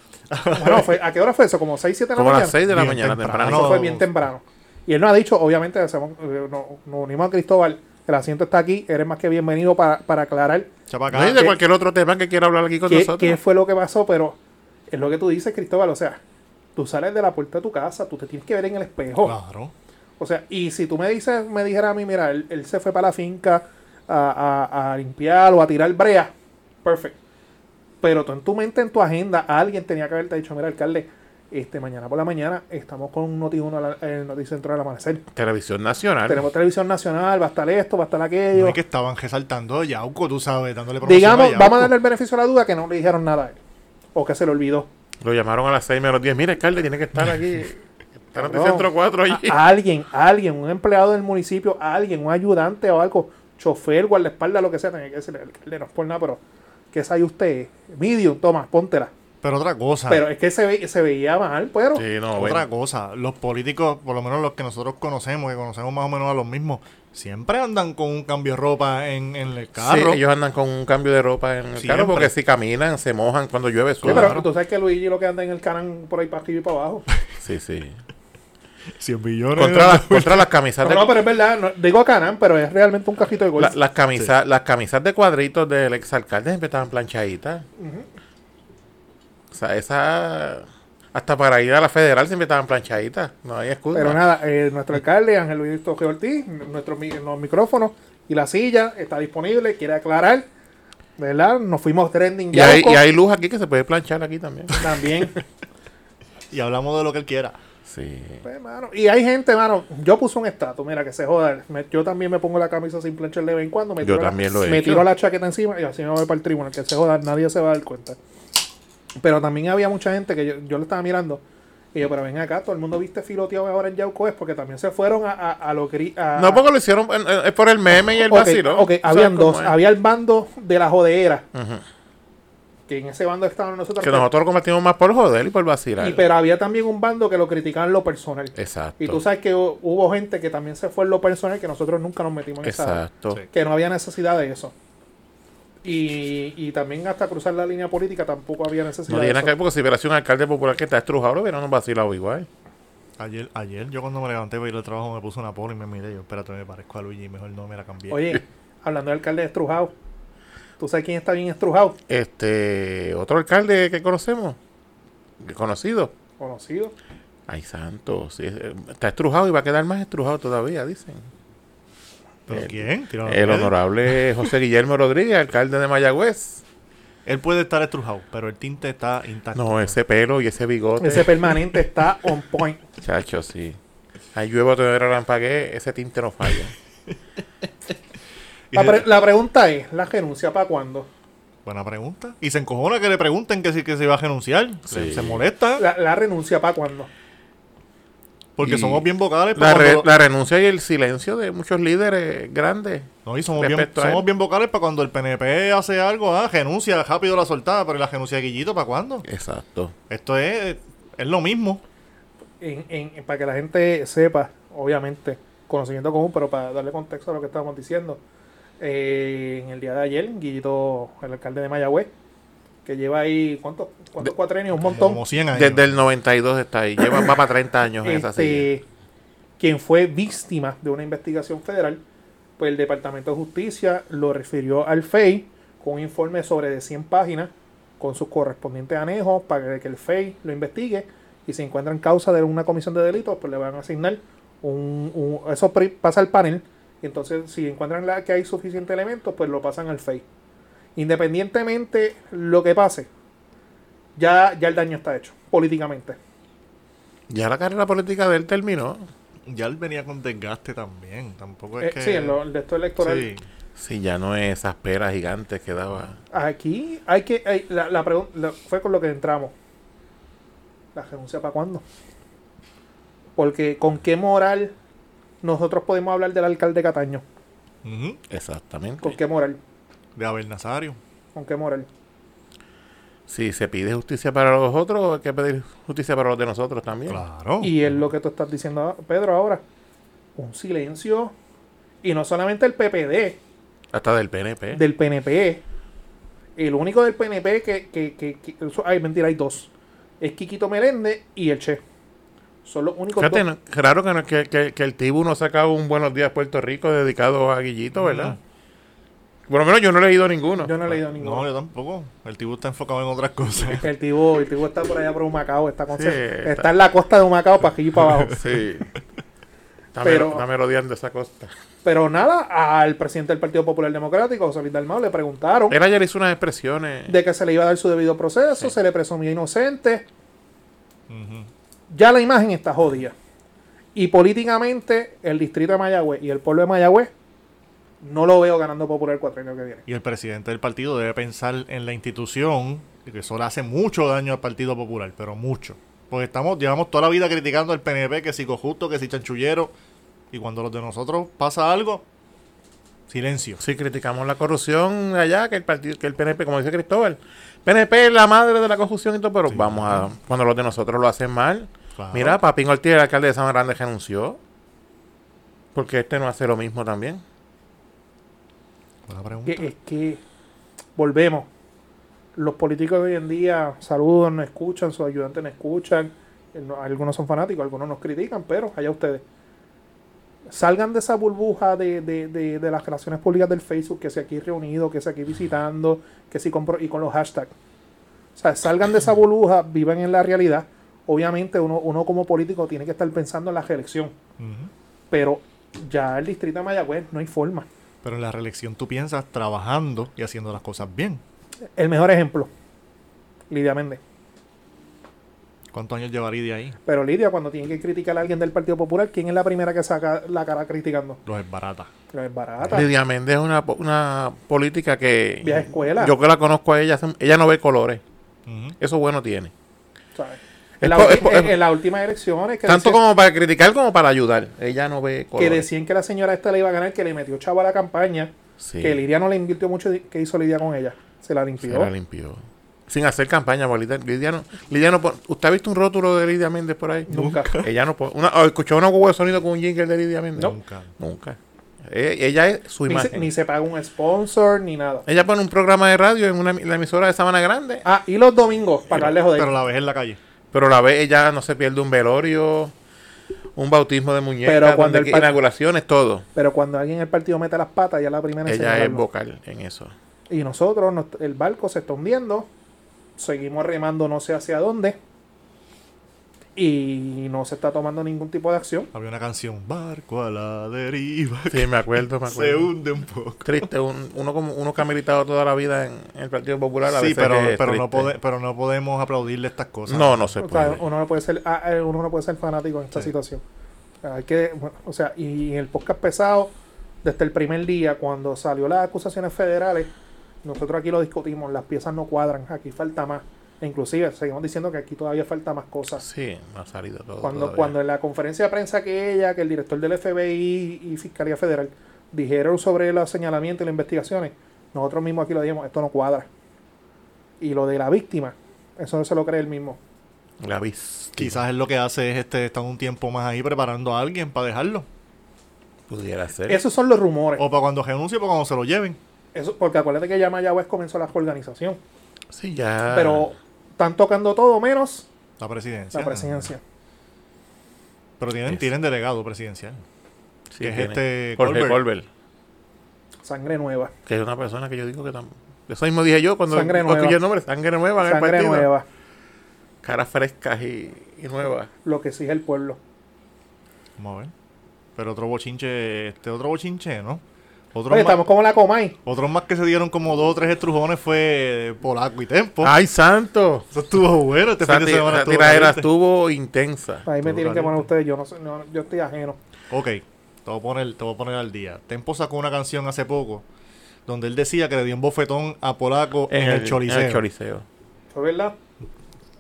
[SPEAKER 1] bueno, Ah, fue- ¿A qué hora fue eso? ¿Como 6, 7 de la
[SPEAKER 2] Como a
[SPEAKER 1] mañana?
[SPEAKER 2] las 6 de la
[SPEAKER 3] Bien
[SPEAKER 2] mañana,
[SPEAKER 3] temprano.
[SPEAKER 2] temprano.
[SPEAKER 1] Eso
[SPEAKER 3] No,
[SPEAKER 1] fue bien
[SPEAKER 3] no.
[SPEAKER 1] temprano. Y él nos ha dicho, obviamente, hacemos- eh, no- nos unimos a Cristóbal, el asiento está aquí, eres más que bienvenido para, para aclarar
[SPEAKER 3] Chapacá.
[SPEAKER 2] No, y de
[SPEAKER 1] ¿Qué?
[SPEAKER 2] cualquier otro tema que quiera hablar aquí con
[SPEAKER 1] qué,
[SPEAKER 2] nosotros.
[SPEAKER 1] qué fue lo que pasó, pero es lo que tú dices, Cristóbal, o sea, tú sales de la puerta de tu casa, tú te tienes que ver en el espejo.
[SPEAKER 3] Claro.
[SPEAKER 1] O sea, y si tú me dices, me dijera a mí, mira, él, él se fue para la finca a, a- a limpiar o a tirar brea, perfecto. Pero tú en tu mente, en tu agenda, alguien tenía que haberte dicho, mira, alcalde, este mañana por la mañana estamos con Noti 1 al- el Noticentro del Amanecer.
[SPEAKER 2] Televisión Nacional.
[SPEAKER 1] Tenemos televisión nacional, va a estar esto, va a estar aquello.
[SPEAKER 3] No es que estaban resaltando a Yauco, tú sabes, dándole promoción
[SPEAKER 1] Digamos,
[SPEAKER 3] Yauco.
[SPEAKER 1] vamos a darle el beneficio a la duda que no le dijeron nada a él. O que se le olvidó.
[SPEAKER 2] Lo llamaron a las 6 menos 10. Mira, alcalde, tiene que estar aquí. Está en el
[SPEAKER 1] Cabrón. Ah,
[SPEAKER 2] centro 4 allí.
[SPEAKER 1] A alguien, a alguien, un empleado del municipio, a alguien, un ayudante o algo, chofer, guardaespaldas, lo que sea, tenía que decirle, alcalde, no es por nada, pero ¿qué sabe usted? Medium, toma, póntela.
[SPEAKER 3] Pero otra cosa.
[SPEAKER 1] Pero es que se, ve- se veía mal, pero...
[SPEAKER 2] Ah. Sí, no, bueno.
[SPEAKER 3] Otra cosa, los políticos, por lo menos los que nosotros conocemos, que conocemos más o menos a los mismos, siempre andan con un cambio de ropa en, en el carro.
[SPEAKER 2] Sí, ellos andan con un cambio de ropa en el
[SPEAKER 3] Siempre.
[SPEAKER 2] carro porque si caminan, se mojan cuando llueve
[SPEAKER 1] Sí,
[SPEAKER 2] suave.
[SPEAKER 1] pero tú sabes que Luigi lo que anda en el canal por ahí para arriba y para abajo.
[SPEAKER 2] Sí, sí.
[SPEAKER 3] 100 millones.
[SPEAKER 2] Contra, las- contra las camisas
[SPEAKER 1] No,
[SPEAKER 2] de
[SPEAKER 1] no, pero es verdad, no- digo Canan, pero es realmente un cajito de golf.
[SPEAKER 2] la- las camisas, las camisas de cuadritos del exalcalde siempre estaban planchaditas. O sea, esa hasta para ir a la federal siempre estaban planchaditas. No hay excusa.
[SPEAKER 1] Pero nada, eh, nuestro alcalde, Ángel Luis Torre Ortiz, nuestros mi- los micrófonos y la silla está disponible, quiere aclarar, ¿verdad? Nos fuimos trending
[SPEAKER 2] y, hay,
[SPEAKER 1] Yauco,
[SPEAKER 2] y hay luz aquí que se puede planchar aquí también.
[SPEAKER 1] también.
[SPEAKER 3] Y hablamos de lo que él quiera.
[SPEAKER 2] Sí.
[SPEAKER 1] Pues, mano, y hay gente, mano, yo puse un estatus, mira que se joda, me- yo también me pongo la camisa sin planchar de vez en cuando, me,
[SPEAKER 2] Yo
[SPEAKER 1] tiro, la,
[SPEAKER 2] también lo he
[SPEAKER 1] me
[SPEAKER 2] hecho.
[SPEAKER 1] tiro la chaqueta encima y así me voy para el tribunal, que se joda, nadie se va a dar cuenta. Pero también había mucha gente que yo, yo lo estaba mirando y yo, pero ven acá, todo el mundo viste filoteado ahora en Yauco es porque también se fueron a, a, a lo gri- a-
[SPEAKER 2] No porque lo hicieron eh, eh, es por el meme y el
[SPEAKER 1] Ok,
[SPEAKER 2] vacilón.
[SPEAKER 1] ok,
[SPEAKER 2] ¿Sabes
[SPEAKER 1] habían
[SPEAKER 2] cómo
[SPEAKER 1] dos.
[SPEAKER 2] es?
[SPEAKER 1] Había el bando de la jodeera. Que en ese bando estaban nosotros.
[SPEAKER 2] Que nosotros lo compartimos más por joder y por vacilar.
[SPEAKER 1] y, pero había también un bando que lo criticaban lo personal.
[SPEAKER 2] Exacto.
[SPEAKER 1] Y tú sabes que hu- hubo gente que también se fue en lo personal que nosotros nunca nos metimos en esa.
[SPEAKER 2] Exacto.
[SPEAKER 3] Sí.
[SPEAKER 1] Que no había necesidad de eso. Y, y también hasta cruzar la línea política tampoco había necesidad
[SPEAKER 2] No
[SPEAKER 1] de
[SPEAKER 2] tiene nada
[SPEAKER 1] eso.
[SPEAKER 2] que ver porque si hubiera sido un alcalde popular que está estrujado, lo hubieran vacilado igual.
[SPEAKER 3] Ayer, ayer, yo cuando me levanté para ir al trabajo me puse una polo y me miré. Yo, espérate, me parezco a Luigi, mejor no me la cambié.
[SPEAKER 1] Oye, hablando del alcalde estrujado. ¿Tú sabes quién está bien estrujado?
[SPEAKER 2] Este, otro alcalde que conocemos, que conocido.
[SPEAKER 1] Conocido.
[SPEAKER 2] Ay, santo, sí, eh, está estrujado y va a quedar más estrujado todavía, dicen.
[SPEAKER 3] ¿Pero
[SPEAKER 2] el-
[SPEAKER 3] quién? Tíralo a
[SPEAKER 2] eh, El
[SPEAKER 3] él.
[SPEAKER 2] honorable José Guillermo Rodríguez, alcalde de Mayagüez.
[SPEAKER 3] Él puede estar estrujado, pero el tinte está intacto.
[SPEAKER 2] No, ese pelo y ese bigote.
[SPEAKER 1] Ese permanente está on point.
[SPEAKER 2] Chacho, sí. Ahí llueva tener a Rampagué, ese tinte no falla.
[SPEAKER 3] Y
[SPEAKER 1] La,
[SPEAKER 3] se-
[SPEAKER 1] pre- la pregunta es, ¿la renuncia para cuándo?
[SPEAKER 3] Buena pregunta. Y se encojona que le pregunten que si que se va a renunciar. Se,
[SPEAKER 2] Sí.
[SPEAKER 3] se molesta.
[SPEAKER 1] La, la renuncia para cuándo.
[SPEAKER 3] Porque
[SPEAKER 2] Y-
[SPEAKER 3] somos bien vocales.
[SPEAKER 2] La,
[SPEAKER 3] para
[SPEAKER 2] re-
[SPEAKER 3] cuando-
[SPEAKER 2] la renuncia y el silencio de muchos líderes grandes.
[SPEAKER 3] No, y somos bien,
[SPEAKER 2] respecto a él.
[SPEAKER 3] somos bien vocales para cuando el PNP hace algo. Ah, renuncia, rápido la soltada. Pero ¿y la renuncia de Guillito, ¿para cuándo?
[SPEAKER 2] Exacto.
[SPEAKER 3] Esto es, es lo mismo.
[SPEAKER 1] En- en- para que la gente sepa, obviamente, conocimiento común, pero para darle contexto a lo que estábamos diciendo. eh, en el día de ayer, Guillito, el alcalde de Mayagüez, que lleva ahí, ¿cuántos, cuántos cuatrenios? Un montón.
[SPEAKER 3] Como 100 años.
[SPEAKER 2] Desde el 92 está ahí. Lleva va para 30 años en esa silla.
[SPEAKER 1] este, quien fue víctima de una investigación federal, pues el Departamento de Justicia lo refirió al FEI con un informe sobre de 100 páginas con sus correspondientes anejos para que el FEI lo investigue y si encuentran causa de una comisión de delitos, pues le van a asignar un... un- eso pri- pasa al panel y entonces si encuentran la, que hay suficiente elementos, pues lo pasan al FEI. Independientemente lo que pase, ya, ya el daño está hecho políticamente.
[SPEAKER 2] Ya la carrera política de él terminó.
[SPEAKER 3] Ya él venía con desgaste también. Tampoco
[SPEAKER 1] Eh,
[SPEAKER 3] es Pues que...
[SPEAKER 1] Sí, en lo, el de esto electoral.
[SPEAKER 3] Sí.
[SPEAKER 2] Sí, ya no es esas peras gigantes que daba.
[SPEAKER 1] Aquí hay que. hay- la, la pregun- la- fue con lo que entramos. ¿La renuncia para cuándo? Porque con qué moral nosotros podemos hablar del alcalde Cataño.
[SPEAKER 3] Ujú.
[SPEAKER 2] Exactamente.
[SPEAKER 1] ¿Con qué moral?
[SPEAKER 3] De Abel Nazario.
[SPEAKER 1] ¿Con qué moral?
[SPEAKER 2] Si se pide justicia para los otros, hay que pedir justicia para los de nosotros también.
[SPEAKER 3] Claro.
[SPEAKER 1] Y es lo que tú estás diciendo, ah, Pedro, ahora. Un silencio. Y no solamente el PPD,
[SPEAKER 2] Hasta del PNP.
[SPEAKER 1] del PNP. El único del PNP que. que, que, que- eso- ay, mentira, hay dos. Es Quiquito Meléndez y el Che. Son los únicos
[SPEAKER 2] Fíjate,
[SPEAKER 1] dos.
[SPEAKER 2] no- claro que, no- que, que- que el Tibu no ha sacado un Buenos Días Puerto Rico dedicado a Guillito, ¿verdad? Por lo menos yo no he leído ninguno.
[SPEAKER 1] Yo no he leído ninguno.
[SPEAKER 3] No, yo tampoco. El tibu está enfocado en otras cosas.
[SPEAKER 1] El tibo, el tibo está por allá por Humacao, está, con
[SPEAKER 2] Sí,
[SPEAKER 1] está.
[SPEAKER 2] está-
[SPEAKER 1] en la costa de Humacao para aquí y para abajo.
[SPEAKER 2] Sí. Está
[SPEAKER 1] Pero-
[SPEAKER 2] mero- está merodeando esa costa.
[SPEAKER 1] Pero nada, al presidente del Partido Popular Democrático, José Luis Dalmau, le preguntaron
[SPEAKER 2] Él ayer hizo unas expresiones.
[SPEAKER 1] de que se le iba a dar su debido proceso, se le presumía inocente.
[SPEAKER 3] Ujú.
[SPEAKER 1] Ya la imagen está jodida. Y políticamente, el distrito de Mayagüez y el pueblo de Mayagüez no lo veo ganando popular el cuatrienio que viene.
[SPEAKER 3] Y el presidente del partido debe pensar en la institución, que eso le hace mucho daño al Partido Popular, pero mucho. Porque estamos, llevamos toda la vida criticando al PNP, que si cojusto, que si chanchullero. Y cuando los de nosotros pasa algo, silencio.
[SPEAKER 2] Sí, criticamos la corrupción allá, que el partido, que el PNP, como dice Cristóbal, PNP es la madre de la corrupción y todo, pero vamos a, cuando los de nosotros lo hacen mal,
[SPEAKER 3] Claro.
[SPEAKER 2] mira, Papín Ortiz, el alcalde de San Grande, renunció, porque este no hace lo mismo también.
[SPEAKER 3] Buena pregunta.
[SPEAKER 1] Que es que volvemos. Los políticos de hoy en día saludan, no escuchan, sus ayudantes no escuchan. eh, no- Algunos son fanáticos, algunos nos critican, pero allá ustedes. Salgan de esa burbuja de, de- de- de las relaciones públicas del Facebook, que si aquí reunido, que si aquí visitando, que si compro y con los hashtags. O sea, salgan de esa burbuja, vivan en la realidad. Obviamente uno, uno como político tiene que estar pensando en la reelección,
[SPEAKER 3] Ujú.
[SPEAKER 1] pero ya el distrito de Mayagüez no hay forma.
[SPEAKER 3] Pero en la reelección tú piensas trabajando y haciendo las cosas bien.
[SPEAKER 1] El mejor ejemplo, Lidia Méndez.
[SPEAKER 3] ¿Cuántos años llevaría de ahí?
[SPEAKER 1] Pero Lidia, cuando tiene que criticar a alguien del Partido Popular, ¿quién es la primera que saca la cara criticando?
[SPEAKER 3] Los es barata.
[SPEAKER 1] Pero es barata.
[SPEAKER 2] Lidia Méndez es una, po- una política que
[SPEAKER 1] Vieja escuela.
[SPEAKER 2] yo que la conozco a ella, hace- ella no ve colores,
[SPEAKER 3] Ujú.
[SPEAKER 2] eso bueno tiene.
[SPEAKER 1] ¿sabes?
[SPEAKER 2] Es
[SPEAKER 1] En, la
[SPEAKER 2] po-
[SPEAKER 1] ulti-
[SPEAKER 2] es po-
[SPEAKER 1] en-
[SPEAKER 2] es-
[SPEAKER 1] en las últimas elecciones que,
[SPEAKER 2] Tanto
[SPEAKER 1] decían-
[SPEAKER 2] como para criticar como para ayudar, ella no ve
[SPEAKER 1] que
[SPEAKER 2] colores.
[SPEAKER 1] decían que la señora esta le iba a ganar, que le metió chavo a la campaña,
[SPEAKER 2] Sí,
[SPEAKER 1] que Lidia no le invirtió mucho, ¿qué hizo Lidia con ella? Se la
[SPEAKER 2] se
[SPEAKER 1] limpió.
[SPEAKER 2] la limpió. Sin hacer campaña, porque Lidia, Lidia no, Lidia no pon- ¿Usted ha visto un rótulo de Lidia Méndez por ahí?
[SPEAKER 1] Nunca.
[SPEAKER 2] Ella no po- una, ¿o escuchó una huevo de sonido con un jingle de Lidia Méndez?
[SPEAKER 3] Nunca.
[SPEAKER 2] Nunca. Eh, ella es su
[SPEAKER 1] Ni
[SPEAKER 2] imagen.
[SPEAKER 1] se, ni se pagó un sponsor, ni nada.
[SPEAKER 2] Ella pone un programa de radio en una en la emisora de Sabana Grande,
[SPEAKER 1] Ah, y los domingos, para darle joder.
[SPEAKER 3] Pero la ves en la calle.
[SPEAKER 2] pero la ve, ella no se pierde un velorio, un bautismo de muñecas,
[SPEAKER 1] Pero cuando
[SPEAKER 2] donde
[SPEAKER 1] el
[SPEAKER 2] que-
[SPEAKER 1] pa-
[SPEAKER 2] inauguraciones, todo.
[SPEAKER 1] Pero cuando alguien en el partido mete las patas, ya la primera en
[SPEAKER 2] Ella es
[SPEAKER 1] señalarlo.
[SPEAKER 2] vocal en eso.
[SPEAKER 1] Y nosotros, nos- el barco se está hundiendo. Seguimos remando no sé hacia dónde. Y no se está tomando ningún tipo de acción.
[SPEAKER 3] Había una canción, Barco a la deriva,
[SPEAKER 2] Sí, me acuerdo, me
[SPEAKER 3] se
[SPEAKER 2] acuerdo.
[SPEAKER 3] hunde un poco.
[SPEAKER 2] Triste, un- uno como uno que ha militado toda la vida en, en el Partido Popular. a
[SPEAKER 3] Sí,
[SPEAKER 2] veces
[SPEAKER 3] pero,
[SPEAKER 2] es
[SPEAKER 3] pero, no
[SPEAKER 2] triste.
[SPEAKER 3] pode- pero no podemos aplaudirle estas cosas.
[SPEAKER 2] No, no se
[SPEAKER 1] O sea,
[SPEAKER 2] puede.
[SPEAKER 1] uno, no puede ser, ah, eh, uno no puede ser fanático en esta
[SPEAKER 3] Sí.
[SPEAKER 1] situación. Hay que, bueno, o sea, y en el podcast pesado, desde el primer día, cuando salió las acusaciones federales, nosotros aquí lo discutimos, las piezas no cuadran, aquí falta más. E inclusive seguimos diciendo que aquí todavía falta más cosas.
[SPEAKER 2] Sí, no ha salido todo.
[SPEAKER 1] Cuando,
[SPEAKER 2] todavía.
[SPEAKER 1] cuando en la conferencia de prensa que ella, que el director del FBI y Fiscalía Federal dijeron sobre los señalamientos y las investigaciones, nosotros mismos aquí lo dijimos, esto no cuadra. Y lo de la víctima, eso no se lo cree él mismo.
[SPEAKER 2] La bis.
[SPEAKER 3] Quizás es lo que hace es este, estar un tiempo más ahí preparando a alguien para dejarlo.
[SPEAKER 2] Pudiera ser.
[SPEAKER 1] Esos son los rumores.
[SPEAKER 3] O para cuando renuncie, para cuando se lo lleven.
[SPEAKER 1] Eso, porque acuérdate que ya Mayagüez comenzó la organización.
[SPEAKER 2] Sí, ya.
[SPEAKER 1] Pero están tocando todo menos
[SPEAKER 3] La presidencia.
[SPEAKER 1] la presidencia.
[SPEAKER 3] Pero tienen,
[SPEAKER 2] Es-
[SPEAKER 3] tienen delegado presidencial.
[SPEAKER 2] Sí,
[SPEAKER 3] que es
[SPEAKER 2] tiene.
[SPEAKER 3] este
[SPEAKER 2] Jorge
[SPEAKER 3] Colbert.
[SPEAKER 2] Colbert.
[SPEAKER 1] Sangre nueva.
[SPEAKER 2] Que es una persona que yo digo que también. Eso mismo dije yo cuando
[SPEAKER 1] Sangre nueva.
[SPEAKER 2] escuché el nombre. Sangre nueva en el
[SPEAKER 1] Sangre
[SPEAKER 2] partido.
[SPEAKER 1] nueva.
[SPEAKER 2] Caras frescas y, y nuevas.
[SPEAKER 1] Lo que exige el pueblo.
[SPEAKER 3] Vamos a ver. Pero otro bochinche, este otro bochinche, ¿no? Otros,
[SPEAKER 1] Oye,
[SPEAKER 3] más,
[SPEAKER 1] estamos como la Comay.
[SPEAKER 3] otros más que se dieron como dos o tres estrujones fue Polaco y Tempo.
[SPEAKER 2] ¡Ay, santo!
[SPEAKER 3] Eso estuvo bueno este
[SPEAKER 2] Esa
[SPEAKER 3] fin de
[SPEAKER 2] ti-
[SPEAKER 3] semana.
[SPEAKER 2] esa
[SPEAKER 3] estuvo
[SPEAKER 2] tiradera
[SPEAKER 3] caliente.
[SPEAKER 2] estuvo intensa.
[SPEAKER 1] Ahí me
[SPEAKER 2] Estuvo
[SPEAKER 1] tienen que poner
[SPEAKER 2] caliente.
[SPEAKER 1] ustedes. Yo no sé, no- yo estoy ajeno.
[SPEAKER 3] Ok, te voy, a poner, te voy a poner al día. Tempo sacó una canción hace poco donde él decía que le dio un bofetón a Polaco en, el, choriceo.
[SPEAKER 2] En el choriceo.
[SPEAKER 1] ¿Fue verdad?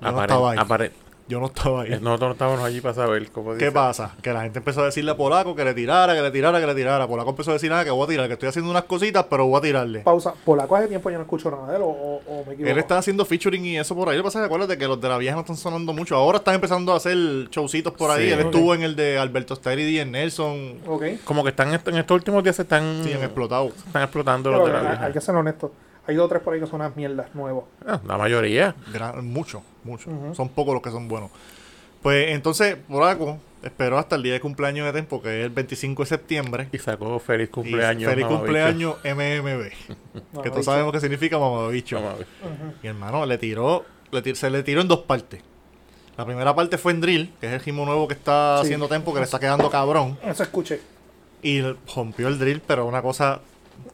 [SPEAKER 3] Yo no
[SPEAKER 2] Apare-
[SPEAKER 3] estaba ahí.
[SPEAKER 2] apare-
[SPEAKER 3] Yo no estaba ahí.
[SPEAKER 2] Nosotros no estábamos allí para saber cómo
[SPEAKER 3] ¿Qué
[SPEAKER 2] dice.
[SPEAKER 3] pasa? Que la gente empezó a decirle a Polaco que le tirara, que le tirara, que le tirara. Polaco empezó a decir nada, que voy a tirar, que estoy haciendo unas cositas, pero voy a tirarle.
[SPEAKER 1] Pausa. Polaco hace tiempo yo no escucho nada de él o, o- o me equivoco.
[SPEAKER 3] Él está haciendo featuring y eso por ahí. Lo que pasa es que acuérdate que los de la vieja no están sonando mucho. Ahora están empezando a hacer showcitos por ahí.
[SPEAKER 2] Sí.
[SPEAKER 3] Él
[SPEAKER 2] Ok.
[SPEAKER 3] estuvo en el de Alberto Steridi, en Nelson.
[SPEAKER 1] Ok.
[SPEAKER 2] Como que están en estos últimos días se están,
[SPEAKER 3] Sí, han explotado.
[SPEAKER 2] están explotando
[SPEAKER 1] Pero,
[SPEAKER 2] los de la
[SPEAKER 1] hay-
[SPEAKER 2] vieja.
[SPEAKER 1] hay que ser honesto. Hay dos o tres por ahí que son unas mierdas nuevos.
[SPEAKER 2] Ah, la mayoría.
[SPEAKER 3] Gran- mucho, mucho. Son pocos los que son buenos. Pues entonces, Polaco esperó hasta el día de cumpleaños de Tempo, que es el 25 de septiembre.
[SPEAKER 2] Y sacó feliz
[SPEAKER 3] Y
[SPEAKER 2] cumpleaños.
[SPEAKER 3] feliz
[SPEAKER 2] mamabicho.
[SPEAKER 3] cumpleaños
[SPEAKER 1] No,
[SPEAKER 3] MMB. que
[SPEAKER 1] no,
[SPEAKER 3] todos
[SPEAKER 1] dicho.
[SPEAKER 3] sabemos qué significa mamabicho.
[SPEAKER 2] Mamabicho.
[SPEAKER 3] Mi hermano le tiró, le tir- se le tiró en dos partes. La primera parte fue en Drill, que es el gimo nuevo que está
[SPEAKER 1] Sí.
[SPEAKER 3] haciendo Tempo, que le está quedando cabrón.
[SPEAKER 1] Eso escuché.
[SPEAKER 3] Y rompió el drill, pero una cosa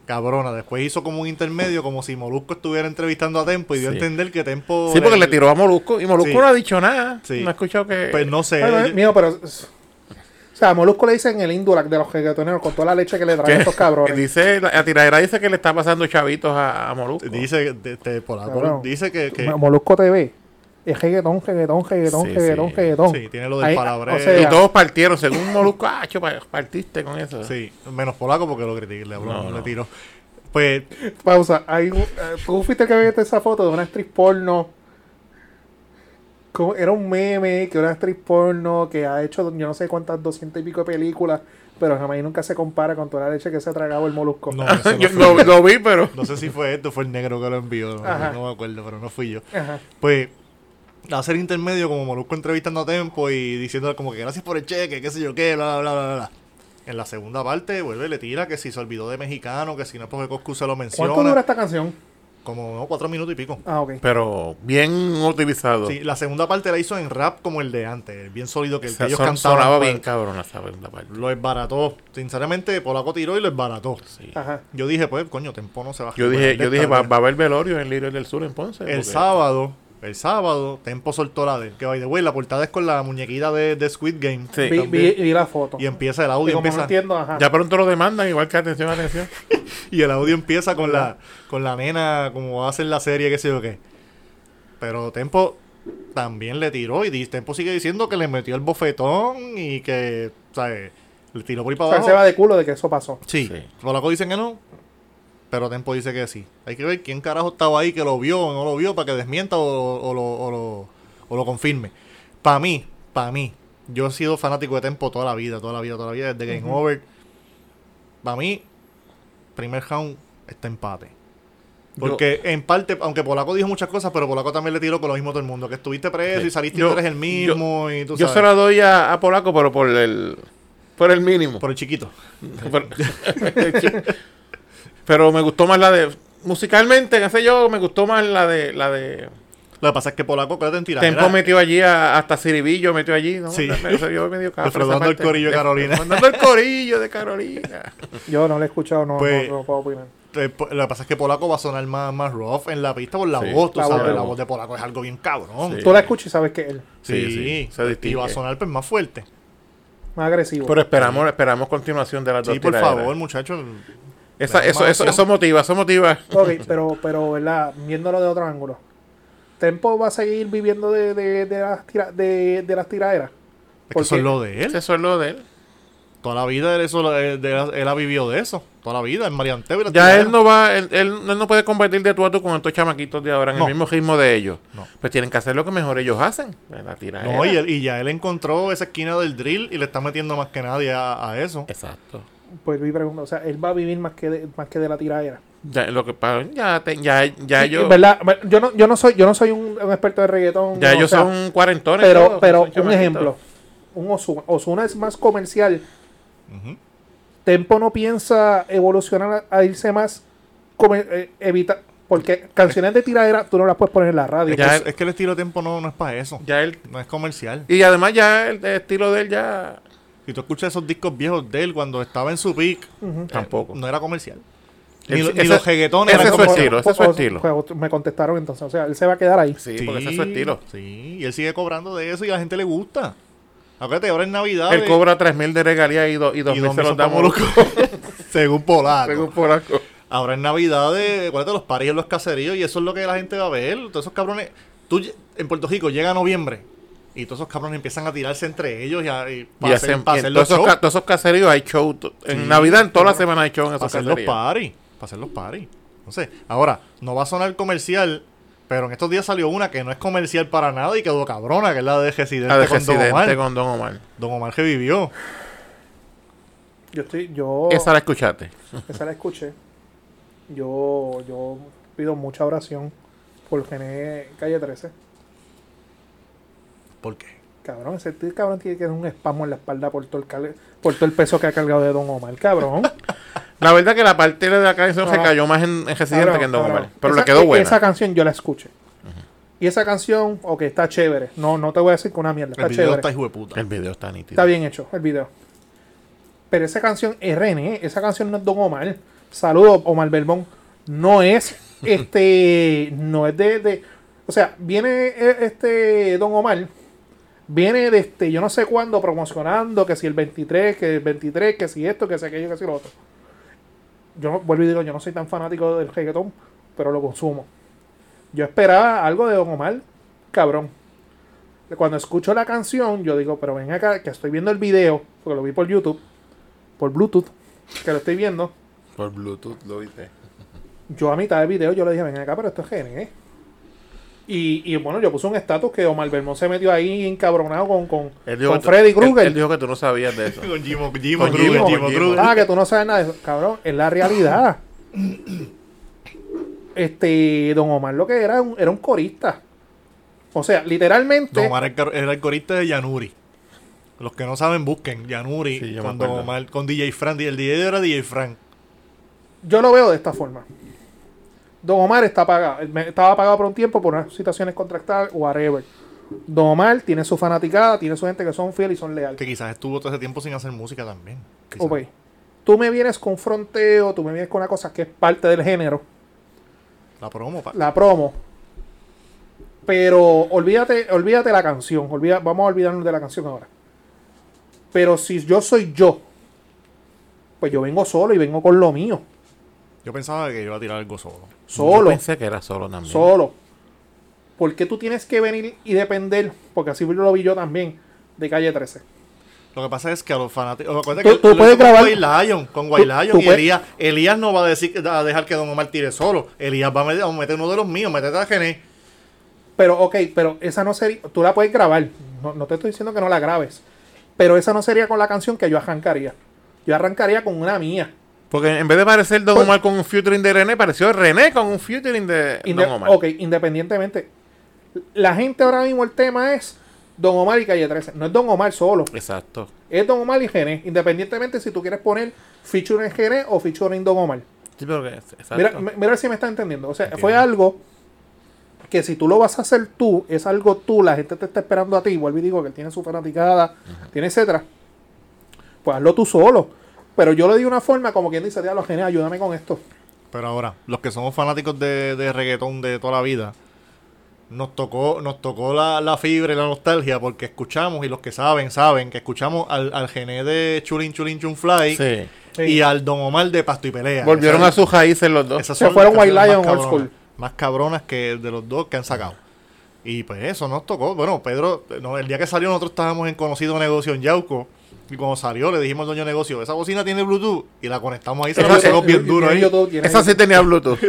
[SPEAKER 3] cabrona. Después hizo como un intermedio, como si Molusco estuviera entrevistando a Tempo y dio a
[SPEAKER 2] Sí.
[SPEAKER 3] entender que Tempo.
[SPEAKER 2] Sí, porque le tiró a Molusco y Molusco
[SPEAKER 3] Sí.
[SPEAKER 2] no ha dicho nada.
[SPEAKER 3] Sí.
[SPEAKER 2] No ha escuchado que.
[SPEAKER 3] Pues no sé.
[SPEAKER 1] Ay, ay,
[SPEAKER 3] yo-
[SPEAKER 1] mío, pero. O sea, a Molusco le dicen el Indulac de los reggaetoneros con toda la leche que le traen
[SPEAKER 2] que-
[SPEAKER 1] estos cabrones.
[SPEAKER 2] Dice, la, la tiradera dice que le está pasando chavitos a, a Molusco.
[SPEAKER 3] dice, de- de- por- por-
[SPEAKER 1] Cabrón.
[SPEAKER 3] dice que. que-
[SPEAKER 1] Ma- Molusco TV. Es reggaetón, reggaetón, reggaetón,
[SPEAKER 2] Sí,
[SPEAKER 1] reggaetón,
[SPEAKER 2] sí.
[SPEAKER 1] reggaetón.
[SPEAKER 3] Sí, tiene lo del
[SPEAKER 1] Ahí,
[SPEAKER 3] palabreo.
[SPEAKER 1] o
[SPEAKER 2] y
[SPEAKER 1] sea,
[SPEAKER 2] todos partieron, según Molusco, ah, chupa, partiste con eso.
[SPEAKER 3] sí, menos polaco porque lo critiqué, le,
[SPEAKER 2] No,
[SPEAKER 3] le
[SPEAKER 2] no.
[SPEAKER 3] tiró. Pues
[SPEAKER 1] Pausa. Hay, un- eh, Tú fuiste el que viste esa foto de una actriz porno. ¿Cómo? Era un meme que una actriz porno que ha hecho yo no sé cuántas, 200 y pico de películas, pero jamás y nunca se compara con toda la leche que se ha tragado el molusco.
[SPEAKER 3] no, eso no
[SPEAKER 2] Yo
[SPEAKER 3] fue-
[SPEAKER 2] lo, lo vi, pero.
[SPEAKER 3] no sé si fue esto, fue el negro que lo envió, no-
[SPEAKER 1] Ajá.
[SPEAKER 3] no me acuerdo, pero no fui yo.
[SPEAKER 1] Ajá.
[SPEAKER 3] pues hacer intermedio como Molusco entrevistando a Tempo y diciéndole como que gracias por el cheque, qué sé yo qué, bla, bla, bla, bla, bla. En la segunda parte vuelve y le tira que si se olvidó de mexicano, que si no es porque Coscu se lo menciona.
[SPEAKER 1] ¿Cuánto dura esta canción?
[SPEAKER 3] Como no, cuatro minutos y pico.
[SPEAKER 1] Ah, ok.
[SPEAKER 2] Pero bien utilizado.
[SPEAKER 3] Sí, la segunda parte la hizo en rap como el de antes, bien sólido que,
[SPEAKER 2] O
[SPEAKER 3] el
[SPEAKER 2] sea,
[SPEAKER 3] que ellos
[SPEAKER 2] son-
[SPEAKER 3] cantaban.
[SPEAKER 2] sonaba
[SPEAKER 3] pues,
[SPEAKER 2] bien cabrón la segunda parte.
[SPEAKER 3] Lo esbarató. Sinceramente, Polaco tiró y lo esbarató.
[SPEAKER 2] Sí.
[SPEAKER 1] Ajá.
[SPEAKER 3] Yo dije, pues, coño, Tempo no se va a
[SPEAKER 2] Yo dije,
[SPEAKER 3] recuperar de
[SPEAKER 2] yo dije
[SPEAKER 3] esta,
[SPEAKER 2] va,
[SPEAKER 3] ¿verdad?
[SPEAKER 2] va a haber velorio en Lirio del Sur en Ponce.
[SPEAKER 3] El
[SPEAKER 2] porque-
[SPEAKER 3] sábado, el sábado, Tempo soltó la de él. Que by the way, la portada es con la muñequita de, de Squid Game.
[SPEAKER 2] Sí.
[SPEAKER 1] vi,
[SPEAKER 3] también.
[SPEAKER 1] vi- vi la foto.
[SPEAKER 3] Y empieza el
[SPEAKER 1] Y
[SPEAKER 3] audio.
[SPEAKER 1] como no
[SPEAKER 3] empieza-
[SPEAKER 1] entiendo, ajá.
[SPEAKER 2] Ya pronto lo demandan, igual que atención, atención.
[SPEAKER 3] y el audio empieza con la, con la nena, como hacen la serie, qué sé yo qué. Pero Tempo también le tiró y di- Tempo sigue diciendo que le metió el bofetón y que, ¿sabes? Le tiró por ahí
[SPEAKER 1] O
[SPEAKER 3] para
[SPEAKER 1] sea, él se va
[SPEAKER 3] abajo.
[SPEAKER 1] de culo de que eso pasó.
[SPEAKER 3] Sí.
[SPEAKER 2] Sí.
[SPEAKER 3] Polaco dicen que no, pero Tempo dice que sí. Hay que ver quién carajo estaba ahí que lo vio o no lo vio para que desmienta o, o lo, o lo- o lo confirme. Para mí, para mí, yo he sido fanático de Tempo toda la vida, toda la vida, toda la vida, desde Game
[SPEAKER 1] Ujú.
[SPEAKER 3] Over. Para mí, primer round está empate. Porque en parte, aunque Polaco dijo muchas cosas, pero Polaco también le tiró con lo mismo a todo el mundo. Que estuviste preso
[SPEAKER 2] Sí.
[SPEAKER 3] y saliste y
[SPEAKER 2] Yo-
[SPEAKER 3] tú eres el mismo y tú
[SPEAKER 2] Yo
[SPEAKER 3] sabes.
[SPEAKER 2] se la doy a, a Polaco, pero por el, por el mínimo.
[SPEAKER 3] Por el chiquito.
[SPEAKER 2] Pero, pero me gustó más la de. Musicalmente, qué sé yo, me gustó más la de. La de
[SPEAKER 3] Lo que pasa es que Polaco, quédate en tirar.
[SPEAKER 2] Tempo metió allí, a- hasta Ciribillo metió allí. ¿no?
[SPEAKER 3] Sí.
[SPEAKER 2] Me- se vio medio cafre esa
[SPEAKER 3] Defraudando el
[SPEAKER 2] parte.
[SPEAKER 3] corillo de Carolina.
[SPEAKER 2] Defraudando el corillo de Carolina.
[SPEAKER 1] Yo no lo he escuchado, no,
[SPEAKER 3] Pues-
[SPEAKER 1] no, no puedo opinar.
[SPEAKER 3] Eh, po- Lo que pasa es que Polaco va a sonar más, más rough en la pista por la
[SPEAKER 2] Sí.
[SPEAKER 3] voz, tú
[SPEAKER 1] La voz
[SPEAKER 3] sabes.
[SPEAKER 1] de
[SPEAKER 3] la
[SPEAKER 1] él.
[SPEAKER 3] voz de Polaco es algo bien cabrón.
[SPEAKER 2] Sí.
[SPEAKER 1] Tú la escuchas y sabes que él
[SPEAKER 3] Sí,
[SPEAKER 2] Sí, sí, se
[SPEAKER 3] Y
[SPEAKER 2] distingue.
[SPEAKER 3] va a sonar pues, más fuerte.
[SPEAKER 1] más agresivo.
[SPEAKER 2] Pero esperamos, esperamos continuación de las
[SPEAKER 3] Sí,
[SPEAKER 2] dos
[SPEAKER 3] por
[SPEAKER 2] tiraderas.
[SPEAKER 3] favor, muchachos.
[SPEAKER 2] Esa-
[SPEAKER 3] Veamos
[SPEAKER 2] eso,
[SPEAKER 3] más
[SPEAKER 2] eso,
[SPEAKER 3] opción.
[SPEAKER 2] eso motiva, eso motiva.
[SPEAKER 1] Ok, pero, pero, ¿verdad? Viéndolo de otro ángulo. ¿Tempo va a seguir viviendo de, de, de las, tira- de, de las tiraderas?
[SPEAKER 3] Es que
[SPEAKER 1] ¿Por
[SPEAKER 3] eso es
[SPEAKER 1] qué?
[SPEAKER 3] lo de él.
[SPEAKER 2] Eso es lo de él.
[SPEAKER 3] Toda la vida él, eso, lo- él, de- él ha vivido de eso. Toda la vida, en Marianteo. y la
[SPEAKER 2] Ya
[SPEAKER 3] tiradera.
[SPEAKER 2] él no va, él, él- él no puede competir de tú a tú con estos chamaquitos de ahora en
[SPEAKER 3] No.
[SPEAKER 2] el mismo ritmo de ellos.
[SPEAKER 3] No.
[SPEAKER 2] Pues tienen que hacer lo que mejor ellos hacen. pues, La tiradera.
[SPEAKER 3] No, y, él- y ya él encontró esa esquina del drill y le está metiendo más que nadie a, a eso.
[SPEAKER 2] Exacto.
[SPEAKER 1] Pues mi pregunta, o sea, él va a vivir más que de, más que de la tiradera.
[SPEAKER 2] Ya, lo que pasa, ya, te- ya, ya
[SPEAKER 1] Sí,
[SPEAKER 2] yo,
[SPEAKER 1] ¿Verdad? Bueno, Yo no, yo no soy, yo no soy un, un experto de reggaetón.
[SPEAKER 2] ya
[SPEAKER 1] no,
[SPEAKER 2] ellos
[SPEAKER 1] o sea,
[SPEAKER 2] son cuarentones.
[SPEAKER 1] Pero,
[SPEAKER 2] todos,
[SPEAKER 1] pero
[SPEAKER 2] son
[SPEAKER 1] un
[SPEAKER 2] chamaquitos.
[SPEAKER 1] ejemplo. Un Osuna. Osuna es más comercial.
[SPEAKER 3] Ujú.
[SPEAKER 1] Tempo no piensa evolucionar a, a irse más comer- eh, evita porque canciones de tiradera tú no las puedes poner en la radio.
[SPEAKER 2] Ya-
[SPEAKER 3] es, es que el estilo de tempo no, no es para eso.
[SPEAKER 2] Ya él,
[SPEAKER 3] No es comercial.
[SPEAKER 2] y además ya el, estilo de él ya
[SPEAKER 3] Si tú escuchas esos discos viejos de él cuando estaba en su peak,
[SPEAKER 1] Ujú.
[SPEAKER 2] tampoco.
[SPEAKER 3] no era comercial.
[SPEAKER 2] Es-
[SPEAKER 3] Ni, lo- ni
[SPEAKER 2] ese-
[SPEAKER 3] los reggaetones
[SPEAKER 2] ese
[SPEAKER 3] eran
[SPEAKER 2] es su
[SPEAKER 1] Pues,
[SPEAKER 3] comerciales.
[SPEAKER 2] estilo, ese es su
[SPEAKER 1] pues,
[SPEAKER 2] estilo.
[SPEAKER 1] pues, me contestaron entonces, o sea, él se va a quedar ahí.
[SPEAKER 2] Sí, porque ese es su estilo.
[SPEAKER 3] Sí, y él sigue cobrando de eso y a la gente le gusta. Acuérdate, ahora en Navidad.
[SPEAKER 2] Él cobra 3.000 de regalías y, do- y 2.000 se los da Molusco.
[SPEAKER 3] Según Polaco.
[SPEAKER 2] Según por algo.
[SPEAKER 3] Ahora en Navidad, de, acuérdate, los paris en los caseríos y eso es lo que la gente va a ver. Todos esos cabrones. Tú, lle- en Puerto Rico llega noviembre. Y todos esos cabrones empiezan a tirarse entre ellos y, a, y
[SPEAKER 2] Y
[SPEAKER 3] para hacer,
[SPEAKER 2] hacen,
[SPEAKER 3] para
[SPEAKER 2] y
[SPEAKER 3] hacer
[SPEAKER 2] todos,
[SPEAKER 3] los
[SPEAKER 2] esos,
[SPEAKER 3] shows,
[SPEAKER 2] ca- todos esos caseríos hay show. to- En
[SPEAKER 3] Sí,
[SPEAKER 2] Navidad, en toda la
[SPEAKER 3] claro.
[SPEAKER 2] semana hay show en
[SPEAKER 3] para
[SPEAKER 2] esos
[SPEAKER 3] hacer los
[SPEAKER 2] caseríos.
[SPEAKER 3] parties. Para hacer los parties. Entonces, ahora, no va a sonar comercial, pero en estos días salió una que no es comercial para nada y quedó cabrona, que es la de Residente,
[SPEAKER 2] Ah,
[SPEAKER 1] Este
[SPEAKER 2] de
[SPEAKER 3] con Don
[SPEAKER 2] residente
[SPEAKER 3] Omar.
[SPEAKER 2] con Don Omar.
[SPEAKER 3] Don Omar que vivió.
[SPEAKER 1] Yo estoy, yo
[SPEAKER 2] Esa la escuchaste.
[SPEAKER 1] esa la escuché. Yo, yo pido mucha oración por Gené Calle 13.
[SPEAKER 3] ¿Por qué?
[SPEAKER 1] Cabrón, ese t- cabrón tiene que tener un espasmo en la espalda por todo el, cal- por todo el peso que ha cargado de Don Omar, cabrón.
[SPEAKER 2] La verdad que la parte de la canción se
[SPEAKER 1] Ah.
[SPEAKER 2] cayó más en, en residente
[SPEAKER 1] Cabrón,
[SPEAKER 2] que en Don
[SPEAKER 1] cabrón.
[SPEAKER 2] Omar. Pero
[SPEAKER 1] Esa-
[SPEAKER 2] le quedó
[SPEAKER 1] e-
[SPEAKER 2] buena.
[SPEAKER 1] Esa canción yo la escuché. Y esa canción, ok, está chévere. No, no te voy a decir que una mierda, está
[SPEAKER 3] El video
[SPEAKER 1] chévere.
[SPEAKER 3] está hijo de puta.
[SPEAKER 2] El video está nítido.
[SPEAKER 1] Está bien hecho el video. Pero esa canción es René, esa canción no es Don Omar. Saludos, Omar Belmont. No es este. no es de, de- O sea, viene eh, este Don Omar. Viene de este, yo no sé cuándo, promocionando que si el 23, que el 23, que si esto, que si aquello, que si lo otro. Yo no- vuelvo y digo, yo no soy tan fanático del reggaetón, pero lo consumo. Yo esperaba algo de Don Omar, cabrón cuando escucho la canción, yo digo, pero ven acá, que estoy viendo el video, porque lo vi por YouTube, por Bluetooth, que lo estoy viendo.
[SPEAKER 2] Por Bluetooth lo viste.
[SPEAKER 1] Yo a mitad del video yo le dije, ven acá, pero esto es Gene, ¿eh? Y, y bueno, yo puse un estatus que Omar Belmont se metió ahí encabronado con, con,
[SPEAKER 2] Él dijo
[SPEAKER 1] con
[SPEAKER 2] que tú-
[SPEAKER 1] Freddy
[SPEAKER 2] Él, él
[SPEAKER 1] Krueger.
[SPEAKER 2] dijo que tú no sabías de eso.
[SPEAKER 3] Con Jimo, Jimo
[SPEAKER 2] Con
[SPEAKER 3] Kruger,
[SPEAKER 2] Jimo,
[SPEAKER 3] Jimo
[SPEAKER 2] con Jimo.
[SPEAKER 3] Kruger.
[SPEAKER 1] Ah, que tú no sabes nada de eso. Cabrón, es la realidad. Este, Don Omar lo que era, un- era un corista. O sea, literalmente...
[SPEAKER 3] Don Omar era el- era el corista de Yanuri. Los que no saben, busquen Yanuri
[SPEAKER 2] Sí, yo me
[SPEAKER 3] con, Don
[SPEAKER 2] acuerdo.
[SPEAKER 3] Omar, con DJ Fran. El DJ era DJ Fran.
[SPEAKER 1] Yo lo veo de esta forma. Don Omar está pagado, me- estaba pagado por un tiempo por unas situaciones contractuales, whatever. Don Omar tiene su fanaticada, tiene su gente que son fieles y son leales.
[SPEAKER 3] Que quizás estuvo todo ese tiempo sin hacer música también. Quizás.
[SPEAKER 1] Ok. Tú me vienes con fronteo, tú me vienes con una cosa que es parte del género,
[SPEAKER 3] La promo, pa.
[SPEAKER 1] la promo. Pero olvídate, olvídate la canción, olvida- vamos a olvidarnos de la canción ahora. Pero si yo soy yo, pues yo vengo solo y vengo con lo mío,
[SPEAKER 3] Yo pensaba que iba a tirar algo solo.
[SPEAKER 1] solo.
[SPEAKER 2] Yo pensé que era solo también.
[SPEAKER 1] solo. ¿Por qué tú tienes que venir y depender? Porque así lo vi yo también, de calle 13.
[SPEAKER 3] Lo que pasa es que a los fanáticos. Acuérdate
[SPEAKER 1] Tú-
[SPEAKER 3] que
[SPEAKER 1] tú
[SPEAKER 3] lo
[SPEAKER 1] puedes
[SPEAKER 3] hizo con
[SPEAKER 1] grabar-
[SPEAKER 3] White Lion, con White
[SPEAKER 1] tú
[SPEAKER 3] Lion y
[SPEAKER 1] puedes-
[SPEAKER 3] Elías. Elías no va a, decir, a dejar que Don Omar tire solo. Elías va a meter, a meter uno de los míos, metete a Gené.
[SPEAKER 1] Pero, ok, pero esa no sería. Tú la puedes grabar. No, no te estoy diciendo que no la grabes. Pero esa no sería con la canción que yo arrancaría. Yo arrancaría con una mía.
[SPEAKER 2] Porque en vez de parecer Don
[SPEAKER 1] Pues-
[SPEAKER 2] Omar con un featuring de René, pareció René con un featuring de
[SPEAKER 1] Inde-
[SPEAKER 2] Don Omar.
[SPEAKER 1] Ok, independientemente. La gente ahora mismo el tema es Don Omar y Calle 13. No es Don Omar solo.
[SPEAKER 2] Exacto.
[SPEAKER 1] Es Don Omar y Gené. Independientemente si tú quieres poner featuring Gené o featuring Don Omar.
[SPEAKER 2] Sí, pero que- exacto.
[SPEAKER 1] Mira, mi- mira si me está entendiendo. O sea, fue algo que si tú lo vas a hacer tú, es algo tú, la gente te está esperando a ti. Vuelvo y digo que él tiene su fanaticada, tiene etcétera. Pues hazlo tú solo. Pero yo le di una forma como quien dice, diablo, genial, ayúdame con esto.
[SPEAKER 3] Pero ahora, los que somos fanáticos de, de reggaetón de toda la vida, nos tocó, nos tocó la, la fibra y la nostalgia porque escuchamos, y los que saben, saben, que escuchamos al, al gené de Chulín Chulín Chunfly
[SPEAKER 2] Sí.
[SPEAKER 3] y al Don Omar de Pasto y Pelea.
[SPEAKER 2] Volvieron a sus raíces los dos.
[SPEAKER 3] Esas
[SPEAKER 1] Se
[SPEAKER 3] son
[SPEAKER 1] fueron
[SPEAKER 3] las
[SPEAKER 1] White
[SPEAKER 3] canciones
[SPEAKER 1] Lion old
[SPEAKER 3] más cabronas-
[SPEAKER 1] school.
[SPEAKER 3] Más cabronas que de los dos que han sacado. Y pues eso nos tocó. Bueno, Pedro, no, el día que salió nosotros estábamos en conocido negocio en Yauco. Y cuando salió le dijimos al dueño del negocio, esa bocina tiene Bluetooth. Y la conectamos ahí, se la
[SPEAKER 2] Esa-
[SPEAKER 3] pusimos
[SPEAKER 2] eh,
[SPEAKER 3] bien duro
[SPEAKER 1] Tiene
[SPEAKER 3] ahí.
[SPEAKER 1] YouTube, tiene
[SPEAKER 2] Esa sí tenía Bluetooth.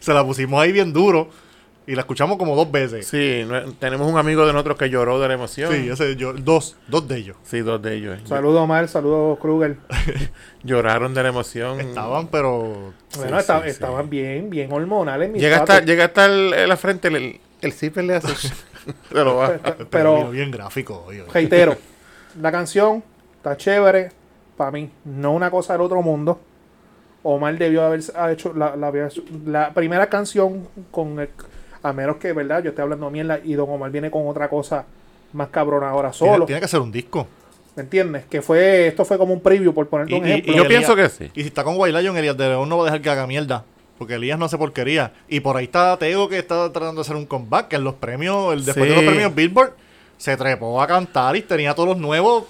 [SPEAKER 3] Se la pusimos ahí bien duro. Y la escuchamos como dos veces. Sí,
[SPEAKER 2] Sí, no- tenemos un amigo de nosotros que lloró de la emoción. Sí,
[SPEAKER 3] ese, yo, dos, dos de ellos.
[SPEAKER 2] dos de ellos.
[SPEAKER 1] Saludos, Omar, saludos, Kruger.
[SPEAKER 2] Lloraron de la emoción.
[SPEAKER 3] Estaban, pero.
[SPEAKER 1] bueno,
[SPEAKER 2] Mm. sí,
[SPEAKER 1] esta-
[SPEAKER 2] sí.
[SPEAKER 1] estaban bien, bien hormonales. mis
[SPEAKER 2] Llega hasta,
[SPEAKER 1] patos.
[SPEAKER 2] llega hasta el- el- la frente, el, el zipper le hace. se lo baja.
[SPEAKER 1] Pero-
[SPEAKER 3] Pero.
[SPEAKER 1] Pero,
[SPEAKER 3] Bien gráfico, oye.
[SPEAKER 1] reitero, la canción está chévere para mí, no una cosa del otro mundo. Omar debió haber ha hecho la, la, la primera canción con el, a menos que, ¿verdad? Yo esté hablando mierda y Don Omar viene con otra cosa más cabrona ahora
[SPEAKER 3] Tiene-
[SPEAKER 1] solo.
[SPEAKER 3] tiene que ser un disco.
[SPEAKER 1] ¿Me entiendes? Que fue, esto fue como un preview, por ponerte
[SPEAKER 3] Y-
[SPEAKER 1] un
[SPEAKER 3] y-
[SPEAKER 1] ejemplo.
[SPEAKER 2] y yo pienso que sí.
[SPEAKER 3] Y si está con White Lion, Elías de León no va a dejar que haga mierda. Porque Elías no hace porquería. Y por ahí está Tego que está tratando de hacer un comeback. Que en los premios, el, después
[SPEAKER 2] Sí.
[SPEAKER 3] de los premios Billboard, se trepó a cantar y tenía todos los nuevos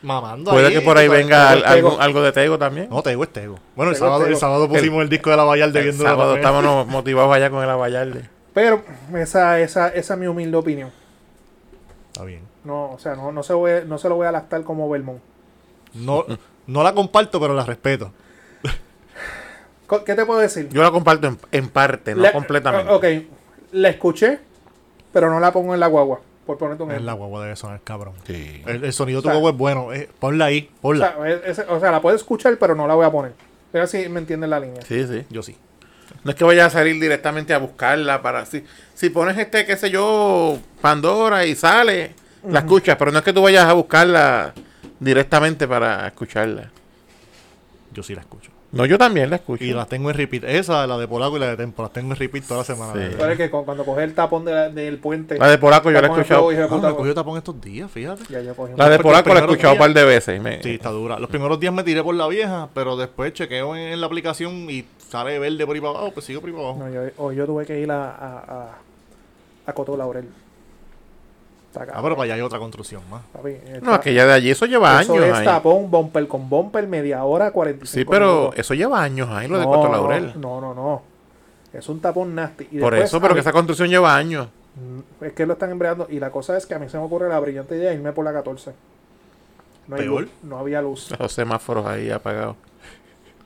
[SPEAKER 3] mamando.
[SPEAKER 2] Puede que por ahí
[SPEAKER 3] Todo-
[SPEAKER 1] Tego
[SPEAKER 2] venga al-
[SPEAKER 1] es Tego.
[SPEAKER 2] algo, algo de Tego también.
[SPEAKER 3] No, Tego es Tego. Bueno, el
[SPEAKER 1] Tego es
[SPEAKER 3] sábado, el
[SPEAKER 1] Tego.
[SPEAKER 3] sábado pusimos el, disco de la Vallarde
[SPEAKER 2] el
[SPEAKER 3] viendo
[SPEAKER 2] sábado estábamos motivados allá con el Abayarde.
[SPEAKER 1] Pero esa, esa, esa es mi humilde opinión.
[SPEAKER 3] Está bien.
[SPEAKER 1] No, o sea, no, no, se, voy- no se lo voy a lactar como Belmont.
[SPEAKER 3] No, no la comparto, pero la respeto.
[SPEAKER 1] Co- ¿Qué te puedo decir?
[SPEAKER 2] Yo la comparto en, en parte, no
[SPEAKER 1] La-
[SPEAKER 2] completamente.
[SPEAKER 1] o- Ok, la escuché, pero no la pongo en la guagua, por ponerte un
[SPEAKER 3] Es la
[SPEAKER 1] ejemplo.
[SPEAKER 3] guagua debe sonar cabrón.
[SPEAKER 2] Sí.
[SPEAKER 3] El, el sonido de tu
[SPEAKER 1] O sea-
[SPEAKER 3] guagua es bueno. eh, ponla ahí,
[SPEAKER 1] O
[SPEAKER 3] ponla.
[SPEAKER 1] sea, es- es- o sea, la puedo escuchar, pero no la voy a poner. Pero si me entienden la línea.
[SPEAKER 2] Sí, sí.
[SPEAKER 3] Yo sí.
[SPEAKER 2] No es que vaya a salir directamente a buscarla para si, si pones este, qué sé yo, Pandora y sale, la escuchas, pero no es que tú vayas a buscarla directamente para escucharla.
[SPEAKER 3] Yo sí la escucho.
[SPEAKER 2] No, yo también la escucho.
[SPEAKER 3] Y las tengo en repeat. Esa, la de Polaco y la de Tempo, las tengo en repeat toda la semana.
[SPEAKER 2] Sí.
[SPEAKER 3] de verdad.
[SPEAKER 1] Pero es que cu- cuando coges el tapón de la- del puente.
[SPEAKER 2] La de Polaco yo la he
[SPEAKER 1] tapón de
[SPEAKER 2] escuchado.
[SPEAKER 1] fuego, hijo de
[SPEAKER 3] Ah,
[SPEAKER 1] puta,
[SPEAKER 3] me cogió tapón estos días, fíjate.
[SPEAKER 1] ya yo cogí un-
[SPEAKER 2] La de
[SPEAKER 3] Porque
[SPEAKER 2] Polaco la he
[SPEAKER 3] primero
[SPEAKER 2] escuchado un
[SPEAKER 3] día-
[SPEAKER 2] par de veces. me-
[SPEAKER 3] Sí, está dura. Los primeros días me tiré por la vieja, pero después chequeo en, en la aplicación y sale verde por ahí para abajo, pues sigo por ahí para abajo.
[SPEAKER 1] No, yo, hoy yo tuve que ir a, a, a, a Coto Laurel. Está acá.
[SPEAKER 3] Ah, pero para allá hay otra construcción más.
[SPEAKER 1] papi, eh, está-
[SPEAKER 2] No, aquella de allí, eso lleva
[SPEAKER 1] eso
[SPEAKER 2] años
[SPEAKER 1] es
[SPEAKER 2] ahí.
[SPEAKER 1] tapón, bumper con bumper, media hora, 45
[SPEAKER 2] Sí, pero
[SPEAKER 1] minutos.
[SPEAKER 2] eso lleva años ahí, lo de
[SPEAKER 1] No,
[SPEAKER 2] Coto
[SPEAKER 1] no,
[SPEAKER 2] Laurel.
[SPEAKER 1] No, no, no. Es un tapón nasty. Y
[SPEAKER 2] Por
[SPEAKER 1] después,
[SPEAKER 2] eso, pero
[SPEAKER 1] a mí-
[SPEAKER 2] que esa construcción lleva años.
[SPEAKER 1] Mm, Es que lo están embreando. Y la cosa es que a mí se me ocurre la brillante idea de irme por la 14. No, hay
[SPEAKER 3] Peor.
[SPEAKER 1] luz, no había luz.
[SPEAKER 2] Los semáforos ahí apagados.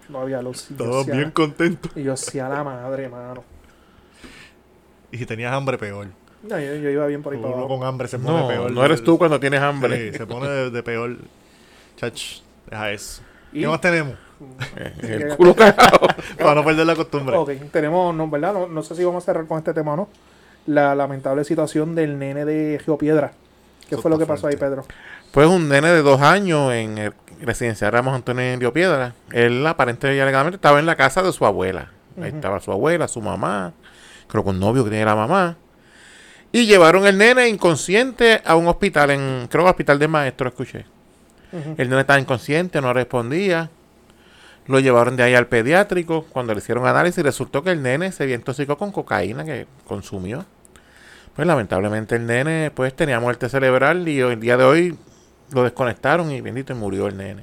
[SPEAKER 1] No había luz. Y yo
[SPEAKER 3] Todos
[SPEAKER 1] decía-
[SPEAKER 3] bien contentos.
[SPEAKER 1] Y yo hacía la madre, mano.
[SPEAKER 3] Y si tenías hambre, peor.
[SPEAKER 1] No, yo, yo iba bien por ahí para
[SPEAKER 3] Uno
[SPEAKER 1] abajo.
[SPEAKER 3] con hambre se pone
[SPEAKER 2] No,
[SPEAKER 3] peor.
[SPEAKER 2] no eres tú cuando tienes hambre.
[SPEAKER 3] Sí, se pone de, de peor. Chach, deja eso.
[SPEAKER 1] Y-
[SPEAKER 3] ¿Qué más tenemos?
[SPEAKER 2] El culo cagado.
[SPEAKER 3] Para no perder la costumbre.
[SPEAKER 1] Ok, tenemos, no, ¿verdad? No, no sé si vamos a cerrar con este tema o no. La lamentable situación del nene de Geopiedra. ¿Qué
[SPEAKER 3] Eso
[SPEAKER 1] fue lo que
[SPEAKER 3] está
[SPEAKER 1] pasó ahí,
[SPEAKER 3] fuerte.
[SPEAKER 1] Pedro?
[SPEAKER 2] Pues un nene de dos años en el residencia Ramos Antonio en Río Piedra. Él aparentemente y alegadamente estaba en la casa de su abuela. Ahí estaba su abuela, su mamá, creo que un novio que tenía la mamá. Y llevaron el nene inconsciente a un hospital, en, creo que hospital de maestro, escuché.
[SPEAKER 3] Eh,
[SPEAKER 1] Ujú.
[SPEAKER 2] El nene estaba inconsciente, no respondía. Lo llevaron de ahí al pediátrico. Cuando le hicieron análisis, resultó que el nene se había intoxicado con cocaína que consumió. Pues lamentablemente el nene pues tenía muerte cerebral y hoy- el día de hoy lo desconectaron y bendito y murió el nene.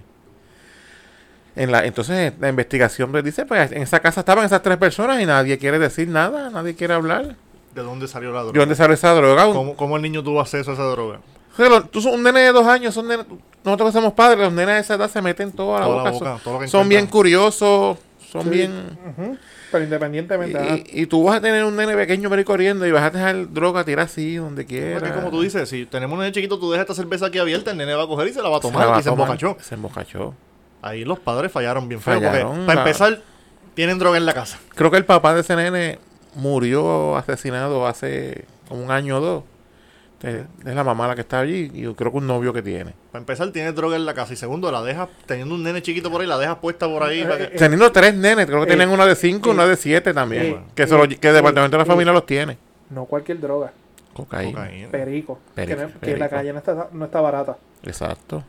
[SPEAKER 2] En la, entonces la investigación pues, dice, pues en esa casa estaban esas tres personas y nadie quiere decir nada, nadie quiere hablar.
[SPEAKER 3] ¿De dónde salió la
[SPEAKER 2] ¿De
[SPEAKER 3] droga?
[SPEAKER 2] dónde sale esa droga? Un-
[SPEAKER 3] ¿Cómo, cómo el niño tuvo acceso a esa droga?
[SPEAKER 2] Sí, lo- tú son un nene de dos años, son nene- nosotros que somos padres, los nenes de esa edad se meten toda la
[SPEAKER 3] Toda la
[SPEAKER 2] boca.
[SPEAKER 3] boca,
[SPEAKER 2] son
[SPEAKER 3] todo lo que
[SPEAKER 2] son bien
[SPEAKER 3] encuentran.
[SPEAKER 2] curiosos, son
[SPEAKER 1] Sí.
[SPEAKER 2] bien...
[SPEAKER 1] Ujú. Pero independientemente. ¿verdad?
[SPEAKER 2] Y, y tú vas a tener un nene pequeño pero corriendo y vas a dejar droga tirar así donde
[SPEAKER 3] Bueno,
[SPEAKER 2] quieras.
[SPEAKER 3] es que como tú dices, si tenemos un nene chiquito, tú dejas esta cerveza aquí abierta, el nene va a coger y se la va a
[SPEAKER 2] Se la
[SPEAKER 3] tomar
[SPEAKER 2] va a
[SPEAKER 3] y se
[SPEAKER 2] tomar.
[SPEAKER 3] embocachó.
[SPEAKER 2] Se embocachó.
[SPEAKER 3] Ahí los padres fallaron bien feo.
[SPEAKER 2] Fallaron,
[SPEAKER 3] porque, para
[SPEAKER 2] la-
[SPEAKER 3] empezar, tienen droga en la casa.
[SPEAKER 2] Creo que el papá de ese nene murió asesinado hace como un año o dos. Te- Es la mamá la que está allí y yo creo que un novio que tiene.
[SPEAKER 3] Para empezar, tienes droga en la casa. Y segundo, la dejas, teniendo un nene chiquito por ahí, la dejas puesta por ahí. para que-
[SPEAKER 1] Eh,
[SPEAKER 2] Teniendo tres nenes, creo que
[SPEAKER 1] eh,
[SPEAKER 2] tienen una de cinco,
[SPEAKER 1] eh,
[SPEAKER 2] una de siete también.
[SPEAKER 1] eh,
[SPEAKER 2] que, se lo-
[SPEAKER 1] eh,
[SPEAKER 2] que el
[SPEAKER 1] eh,
[SPEAKER 2] departamento de la
[SPEAKER 1] eh,
[SPEAKER 2] familia los tiene.
[SPEAKER 1] No cualquier droga.
[SPEAKER 2] Cocaína.
[SPEAKER 3] Cocaína.
[SPEAKER 1] Perico.
[SPEAKER 2] Perico,
[SPEAKER 1] que, no- que la
[SPEAKER 2] perico.
[SPEAKER 1] calle no está, no está barata.
[SPEAKER 2] Exacto.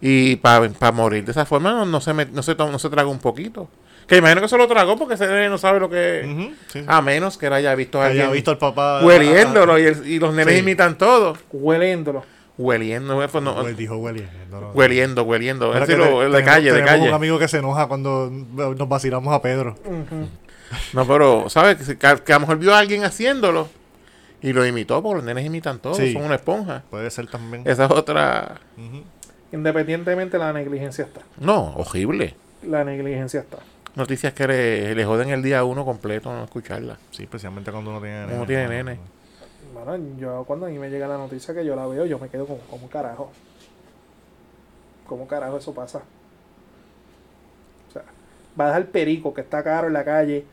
[SPEAKER 2] Y para morir de esa forma no, no se me- no se to- no se traga un poquito. Que imagino que se lo tragó porque ese nene no sabe lo que es.
[SPEAKER 3] Ujú, sí, sí.
[SPEAKER 2] A menos que lo haya visto
[SPEAKER 3] Que
[SPEAKER 2] a
[SPEAKER 3] haya
[SPEAKER 2] eh. Ah, alguien
[SPEAKER 3] visto al papá.
[SPEAKER 2] hueliéndolo y, el- y los nenes
[SPEAKER 3] Sí.
[SPEAKER 2] imitan todo.
[SPEAKER 1] Hueléndolo.
[SPEAKER 2] Hueliendo, eso no-
[SPEAKER 3] Ah, Huel- dijo hueliendo. no.
[SPEAKER 2] Hueliendo, hueliendo.
[SPEAKER 3] Mira
[SPEAKER 2] Es decir,
[SPEAKER 3] que te-
[SPEAKER 2] lo- de
[SPEAKER 3] tenemos-
[SPEAKER 2] calle, de
[SPEAKER 3] tenemos
[SPEAKER 2] calle.
[SPEAKER 3] un amigo que se enoja cuando eh, nos vacilamos a Pedro.
[SPEAKER 1] Ujú.
[SPEAKER 2] No, pero, ¿sabes? Que, se- que- que a lo mejor vio a alguien haciéndolo y lo imitó, porque los nenes imitan todo,
[SPEAKER 3] Sí.
[SPEAKER 2] son una esponja.
[SPEAKER 3] Puede ser también.
[SPEAKER 2] Esa es otra.
[SPEAKER 3] Ujú.
[SPEAKER 1] Independientemente, la negligencia está.
[SPEAKER 2] No, horrible.
[SPEAKER 1] La negligencia está.
[SPEAKER 2] Noticias que le, le joden el día uno completo no escucharla.
[SPEAKER 3] Sí, especialmente cuando uno tiene
[SPEAKER 2] Uno tiene nene.
[SPEAKER 1] Bueno, yo cuando a mí me llega la noticia que yo la veo, yo me quedo como, como carajo. ¿Cómo carajo eso pasa? O sea, va a dejar perico que está caro en la calle,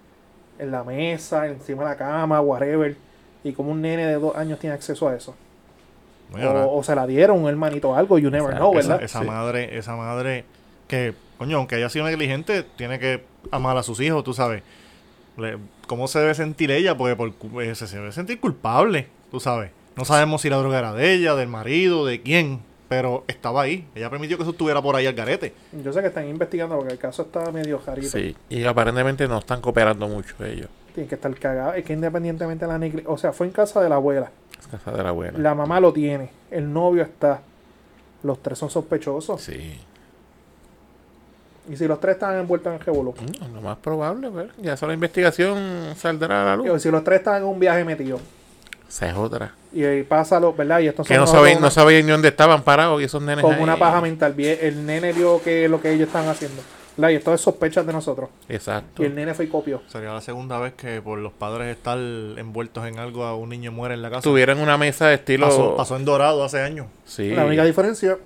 [SPEAKER 1] en la mesa, encima de la cama, whatever. Y como un nene de dos años tiene acceso a eso.
[SPEAKER 3] No, y ahora-
[SPEAKER 1] O, o se la dieron, un hermanito o algo, you never
[SPEAKER 2] Esa-
[SPEAKER 1] know,
[SPEAKER 2] esa-
[SPEAKER 1] ¿verdad?
[SPEAKER 3] Esa
[SPEAKER 2] Sí.
[SPEAKER 3] madre, esa madre que, coño, aunque haya sido negligente, tiene que amar a sus hijos, tú sabes. Le- ¿Cómo se debe sentir ella? Porque por cu- eh, se, se debe sentir culpable, tú sabes. No sabemos si la droga era de ella, del marido, de quién, pero estaba ahí. Ella permitió que eso estuviera por ahí al garete.
[SPEAKER 1] Yo sé que están investigando porque el caso está medio jarito.
[SPEAKER 2] Sí, y aparentemente no están cooperando mucho ellos.
[SPEAKER 1] Tiene que estar cagado. Es que independientemente de la negligencia. O sea, fue en casa de la abuela.
[SPEAKER 2] Es casa de la abuela.
[SPEAKER 1] La mamá lo tiene, el novio está. Los tres son sospechosos.
[SPEAKER 2] Sí.
[SPEAKER 1] Y si los tres están envueltos en revolú.
[SPEAKER 2] Mm, lo más probable, pues, ya esa la investigación saldrá a la
[SPEAKER 1] O
[SPEAKER 2] luz.
[SPEAKER 1] si los tres están en un viaje metido.
[SPEAKER 2] Esa es otra.
[SPEAKER 1] Y ahí pasa lo, ¿verdad? Y estos
[SPEAKER 2] Que
[SPEAKER 1] son
[SPEAKER 2] no
[SPEAKER 1] nosotros
[SPEAKER 2] sabían, no
[SPEAKER 1] una-
[SPEAKER 2] sabían ni dónde estaban parados y esos nenes.
[SPEAKER 1] con
[SPEAKER 2] ahí.
[SPEAKER 1] una paja mental. Bien, El nene vio que es lo que ellos están haciendo. ¿verdad? Y esto es sospechas de nosotros.
[SPEAKER 2] Exacto.
[SPEAKER 1] Y el nene fue y copió.
[SPEAKER 3] Sería la segunda vez que por los padres estar envueltos en algo a un niño muere en la casa.
[SPEAKER 2] Tuvieron una mesa de estilo.
[SPEAKER 3] pasó, pasó en Dorado hace años.
[SPEAKER 2] Sí.
[SPEAKER 1] La única diferencia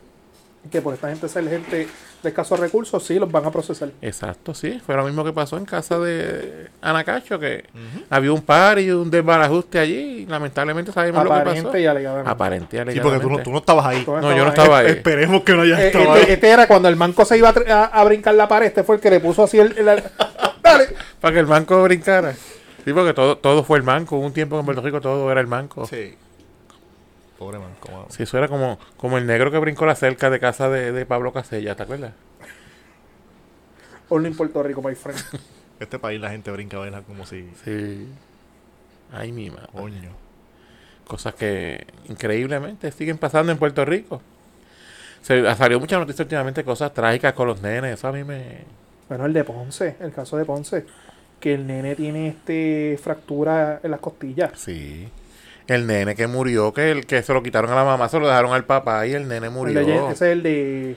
[SPEAKER 1] es que por esta gente ser gente de escasos recursos, sí, los van a procesar.
[SPEAKER 2] Exacto, sí. Fue lo mismo que pasó en casa de Anacacho, que había un par y un desbarajuste allí. Y lamentablemente sabemos lo que pasó.
[SPEAKER 1] Aparente y alegadamente.
[SPEAKER 2] Aparente y
[SPEAKER 3] Sí, porque tú no,
[SPEAKER 2] alegadamente.
[SPEAKER 3] tú no estabas ahí.
[SPEAKER 1] Todo
[SPEAKER 2] No, yo no
[SPEAKER 1] estaba-
[SPEAKER 2] estaba ahí.
[SPEAKER 3] Esperemos que no hayas
[SPEAKER 1] Eh,
[SPEAKER 3] estado
[SPEAKER 1] este,
[SPEAKER 3] ahí.
[SPEAKER 1] este era cuando el manco se iba a, tr- a- a brincar la pared. Este fue el que le puso así el. el- el- dale.
[SPEAKER 2] Para que el banco brincara. Sí, porque todo, todo fue el banco. Hubo un tiempo que en Puerto Rico todo era el banco. Sí.
[SPEAKER 3] Sí. Pobre man, como-
[SPEAKER 2] eso era como, como el negro que brincó la cerca de casa de, de Pablo Casella, ¿te acuerdas?
[SPEAKER 1] Only en Puerto Rico, my friend.
[SPEAKER 3] Este país la gente brinca, baila como si.
[SPEAKER 2] Sí. Ay, mi madre.
[SPEAKER 3] Coño.
[SPEAKER 2] Cosas que increíblemente siguen pasando en Puerto Rico. Se, ah, ha salido muchas noticias últimamente, cosas trágicas con los nenes. Eso a mí me.
[SPEAKER 1] Bueno, el de Ponce, el caso de Ponce. Que el nene tiene este fractura en las costillas.
[SPEAKER 2] Sí. El nene que murió, que el que se lo quitaron a la mamá, se lo dejaron al papá y el nene
[SPEAKER 1] El
[SPEAKER 2] murió.
[SPEAKER 1] de- ese es el de,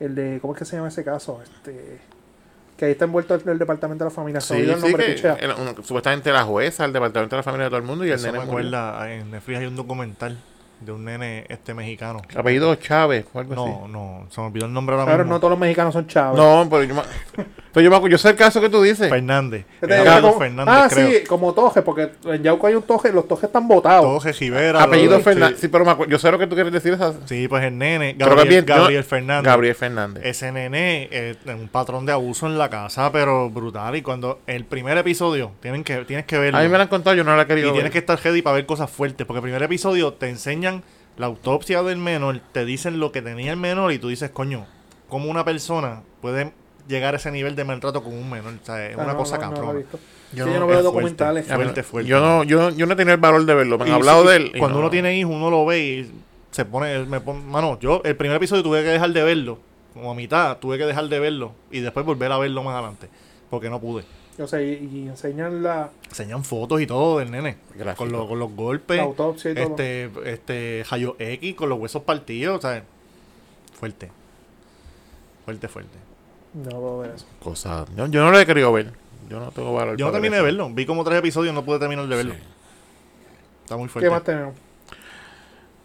[SPEAKER 1] el de. ¿Cómo es que se llama ese caso? Este. Que ahí está envuelto el, el departamento de la familia. Se
[SPEAKER 2] Sí,
[SPEAKER 1] me olvidó el
[SPEAKER 2] sí,
[SPEAKER 1] nombre,
[SPEAKER 2] que
[SPEAKER 1] pichea.
[SPEAKER 2] el- un- supuestamente la jueza, el departamento de la familia de todo el mundo y el
[SPEAKER 3] Eso
[SPEAKER 2] nene
[SPEAKER 3] me
[SPEAKER 2] murió.
[SPEAKER 3] acuerda, ah, en Netflix hay un documental de un nene este mexicano.
[SPEAKER 2] Apellido Chávez o algo
[SPEAKER 3] No, no, se me olvidó el nombre ahora
[SPEAKER 1] Claro, no
[SPEAKER 3] mismo.
[SPEAKER 1] todos los mexicanos son
[SPEAKER 2] así.
[SPEAKER 1] chavos.
[SPEAKER 2] No, pero yo, me- pero yo, me acu- yo sé el caso que tú dices.
[SPEAKER 3] Fernández.
[SPEAKER 1] Este-
[SPEAKER 3] Era
[SPEAKER 1] este
[SPEAKER 3] Carlos
[SPEAKER 1] como-
[SPEAKER 3] Fernández,
[SPEAKER 1] ah,
[SPEAKER 3] creo.
[SPEAKER 1] sí, como toje, porque en Yauco hay un toje, los tojes están botados.
[SPEAKER 3] Toje, Rivera.
[SPEAKER 2] Apellido
[SPEAKER 3] lo-
[SPEAKER 2] Fernández. Sí, pero me acu- yo sé lo que tú quieres decir. esa-
[SPEAKER 3] Sí, sí, pues el nene.
[SPEAKER 2] Pero que
[SPEAKER 3] Gabriel,
[SPEAKER 2] bien- yo-
[SPEAKER 3] Gabriel Fernández.
[SPEAKER 2] Gabriel Fernández.
[SPEAKER 3] Ese nene eh, un patrón de abuso en la casa, pero brutal. Y cuando el primer episodio, tienen que, tienes que verlo.
[SPEAKER 2] A mí me lo han contado, yo no la he
[SPEAKER 3] Y
[SPEAKER 2] querido.
[SPEAKER 3] tienes
[SPEAKER 2] ver.
[SPEAKER 3] que estar ready para ver cosas fuertes, porque el primer episodio te enseñan la autopsia del menor, te dicen lo que tenía el menor y tú dices, coño, ¿cómo una persona puede llegar a ese nivel de maltrato con un menor? O sea, es
[SPEAKER 1] Ah,
[SPEAKER 3] una
[SPEAKER 1] no,
[SPEAKER 3] cosa
[SPEAKER 1] no, no lo he
[SPEAKER 3] cabrón.
[SPEAKER 1] visto.
[SPEAKER 3] Yo
[SPEAKER 1] Sí, yo
[SPEAKER 3] no-
[SPEAKER 1] no veo
[SPEAKER 3] es fuerte.
[SPEAKER 1] documentales.
[SPEAKER 2] A mí-
[SPEAKER 3] fuerte, fuerte.
[SPEAKER 2] Yo no, yo, yo no he tenido el valor de verlo. Me han
[SPEAKER 3] Y
[SPEAKER 2] hablado
[SPEAKER 3] sí,
[SPEAKER 2] de
[SPEAKER 3] y
[SPEAKER 2] él. y
[SPEAKER 3] Cuando
[SPEAKER 2] no.
[SPEAKER 3] uno tiene hijos, uno lo ve y se pone, me pon- mano, yo el primer episodio tuve que dejar de verlo, como a mitad, tuve que dejar de verlo y después volver a verlo más adelante, porque no pude.
[SPEAKER 1] O sea, y, y enseñan la.
[SPEAKER 3] Enseñan fotos y todo del nene.
[SPEAKER 2] Gráfico.
[SPEAKER 3] Con, lo- con los golpes.
[SPEAKER 1] La autopsia y todo.
[SPEAKER 3] Este, este, Hayo X con los huesos partidos. O sea, fuerte. Fuerte, fuerte.
[SPEAKER 1] No puedo ver eso.
[SPEAKER 2] Cosas- Yo, yo no lo he querido ver. Yo no tengo valor.
[SPEAKER 3] Yo no
[SPEAKER 2] para
[SPEAKER 3] terminé de
[SPEAKER 2] eso.
[SPEAKER 3] verlo. Vi como tres episodios no pude terminar de verlo. Está muy fuerte.
[SPEAKER 1] ¿Qué más tenemos?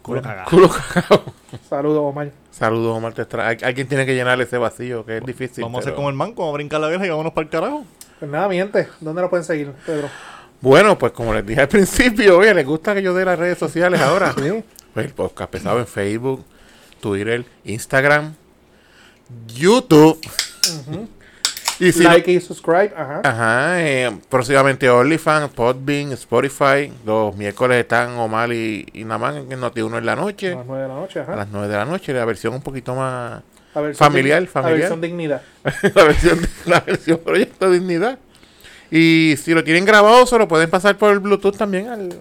[SPEAKER 3] Culo cagado.
[SPEAKER 2] Culo cagado.
[SPEAKER 1] Saludos, Omar.
[SPEAKER 2] Saludos, Omar. te extra- Al- Alguien tiene que llenar ese vacío, que es difícil.
[SPEAKER 3] Vamos a hacer
[SPEAKER 2] pero-
[SPEAKER 3] como el manco, vamos a brincar la verja y vámonos para el carajo.
[SPEAKER 1] Pues nada, mi gente, ¿dónde nos pueden seguir, Pedro?
[SPEAKER 2] Bueno, pues como les dije al principio, oye, les gusta que yo dé las redes sociales ahora.
[SPEAKER 1] Sí.
[SPEAKER 2] Pues el podcast pesado en Facebook, Twitter, Instagram, YouTube. Y si no-
[SPEAKER 1] like y subscribe. Ajá.
[SPEAKER 2] Ajá, eh, próximamente OnlyFans, Podbean, Spotify. Los miércoles están Omar y, y Namán en Noti 1 en la
[SPEAKER 1] A
[SPEAKER 2] noche,
[SPEAKER 1] las 9 de la noche.
[SPEAKER 2] a
[SPEAKER 1] Ajá.
[SPEAKER 2] las 9 de la noche. La versión un poquito más.
[SPEAKER 1] La versión
[SPEAKER 2] familiar,
[SPEAKER 1] digni- La
[SPEAKER 2] familiar.
[SPEAKER 1] versión dignidad.
[SPEAKER 2] la, versión, la versión Proyecto Dignidad. Y si lo tienen grabado, se lo pueden pasar por el Bluetooth también al,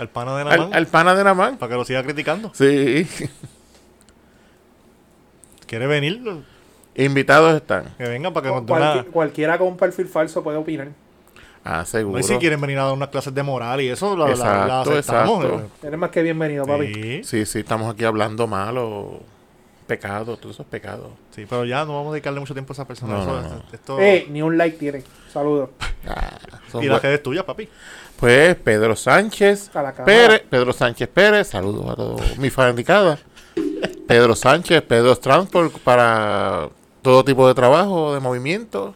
[SPEAKER 3] Al pana de la
[SPEAKER 2] al, al pana de Namán.
[SPEAKER 3] Para que lo siga criticando.
[SPEAKER 2] Sí,
[SPEAKER 3] ¿Quiere venir?
[SPEAKER 2] invitados están.
[SPEAKER 3] Que venga para que nos dé una.
[SPEAKER 1] Cualqui- cualquiera con un perfil falso puede opinar.
[SPEAKER 2] Ah, seguro.
[SPEAKER 3] No, y si quieren venir a dar unas clases de moral y eso, la, la- la
[SPEAKER 2] Exacto,
[SPEAKER 3] aceptamos.
[SPEAKER 2] exacto.
[SPEAKER 1] Eres más que bienvenido, papi.
[SPEAKER 3] Sí,
[SPEAKER 2] Sí, sí, estamos aquí hablando malo. Pecado, todos esos pecados.
[SPEAKER 3] sí, pero ya no vamos a dedicarle mucho tiempo a esa persona.
[SPEAKER 2] No,
[SPEAKER 3] eso-
[SPEAKER 2] no, no.
[SPEAKER 3] esto-
[SPEAKER 1] Eh, ni un like tiene. Saludos.
[SPEAKER 2] Ah, son
[SPEAKER 3] y las
[SPEAKER 2] buen-
[SPEAKER 3] redes tuyas, papi.
[SPEAKER 2] Pues Pedro Sánchez
[SPEAKER 1] A la cámara.
[SPEAKER 2] Pérez, Pedro Sánchez Pérez, saludos a todos mis fanaticada. Pedro Sánchez, Pedro Transport para todo tipo de trabajo, de movimiento.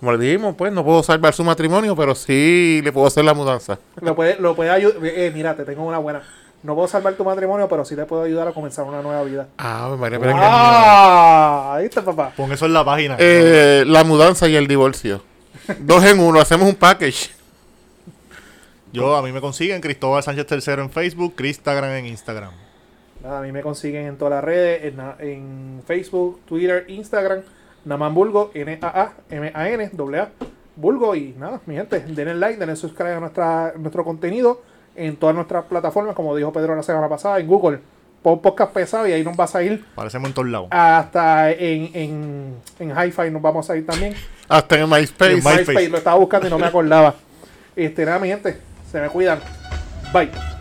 [SPEAKER 2] Como le dijimos, pues no puedo salvar su matrimonio, pero sí le puedo hacer la mudanza.
[SPEAKER 1] Lo puede, lo puede ayudar. Eh, mira, te tengo una buena. No puedo salvar tu matrimonio, pero sí te puedo ayudar a comenzar una nueva vida.
[SPEAKER 2] Ah, María, pero es que-
[SPEAKER 1] Ah, ahí está, papá.
[SPEAKER 3] Pon eso en la página.
[SPEAKER 2] Eh, la mudanza y el divorcio. Dos en uno, hacemos un package.
[SPEAKER 3] Yo, a mí me consiguen Cristóbal Sánchez III en Facebook, Cristagram en Instagram.
[SPEAKER 1] Nada, a mí me consiguen en todas las redes, en, na- en Facebook, Twitter, Instagram, Naman Bulgo, N-A-A-M-A-N, A, Bulgo. Y nada, mi gente, denle like, denle subscribe a nuestra, nuestro contenido en todas nuestras plataformas, como dijo Pedro la semana pasada, en Google. Pon podcast pesado y ahí nos vas a ir
[SPEAKER 3] Parecemos en todos lados.
[SPEAKER 1] hasta en, en, en Hi-Fi, nos vamos a ir también.
[SPEAKER 2] Hasta en
[SPEAKER 3] En
[SPEAKER 2] MySpace.
[SPEAKER 3] My-
[SPEAKER 1] MySpace, lo estaba buscando y no me acordaba. Este, nada, mi gente, se me cuidan. Bye.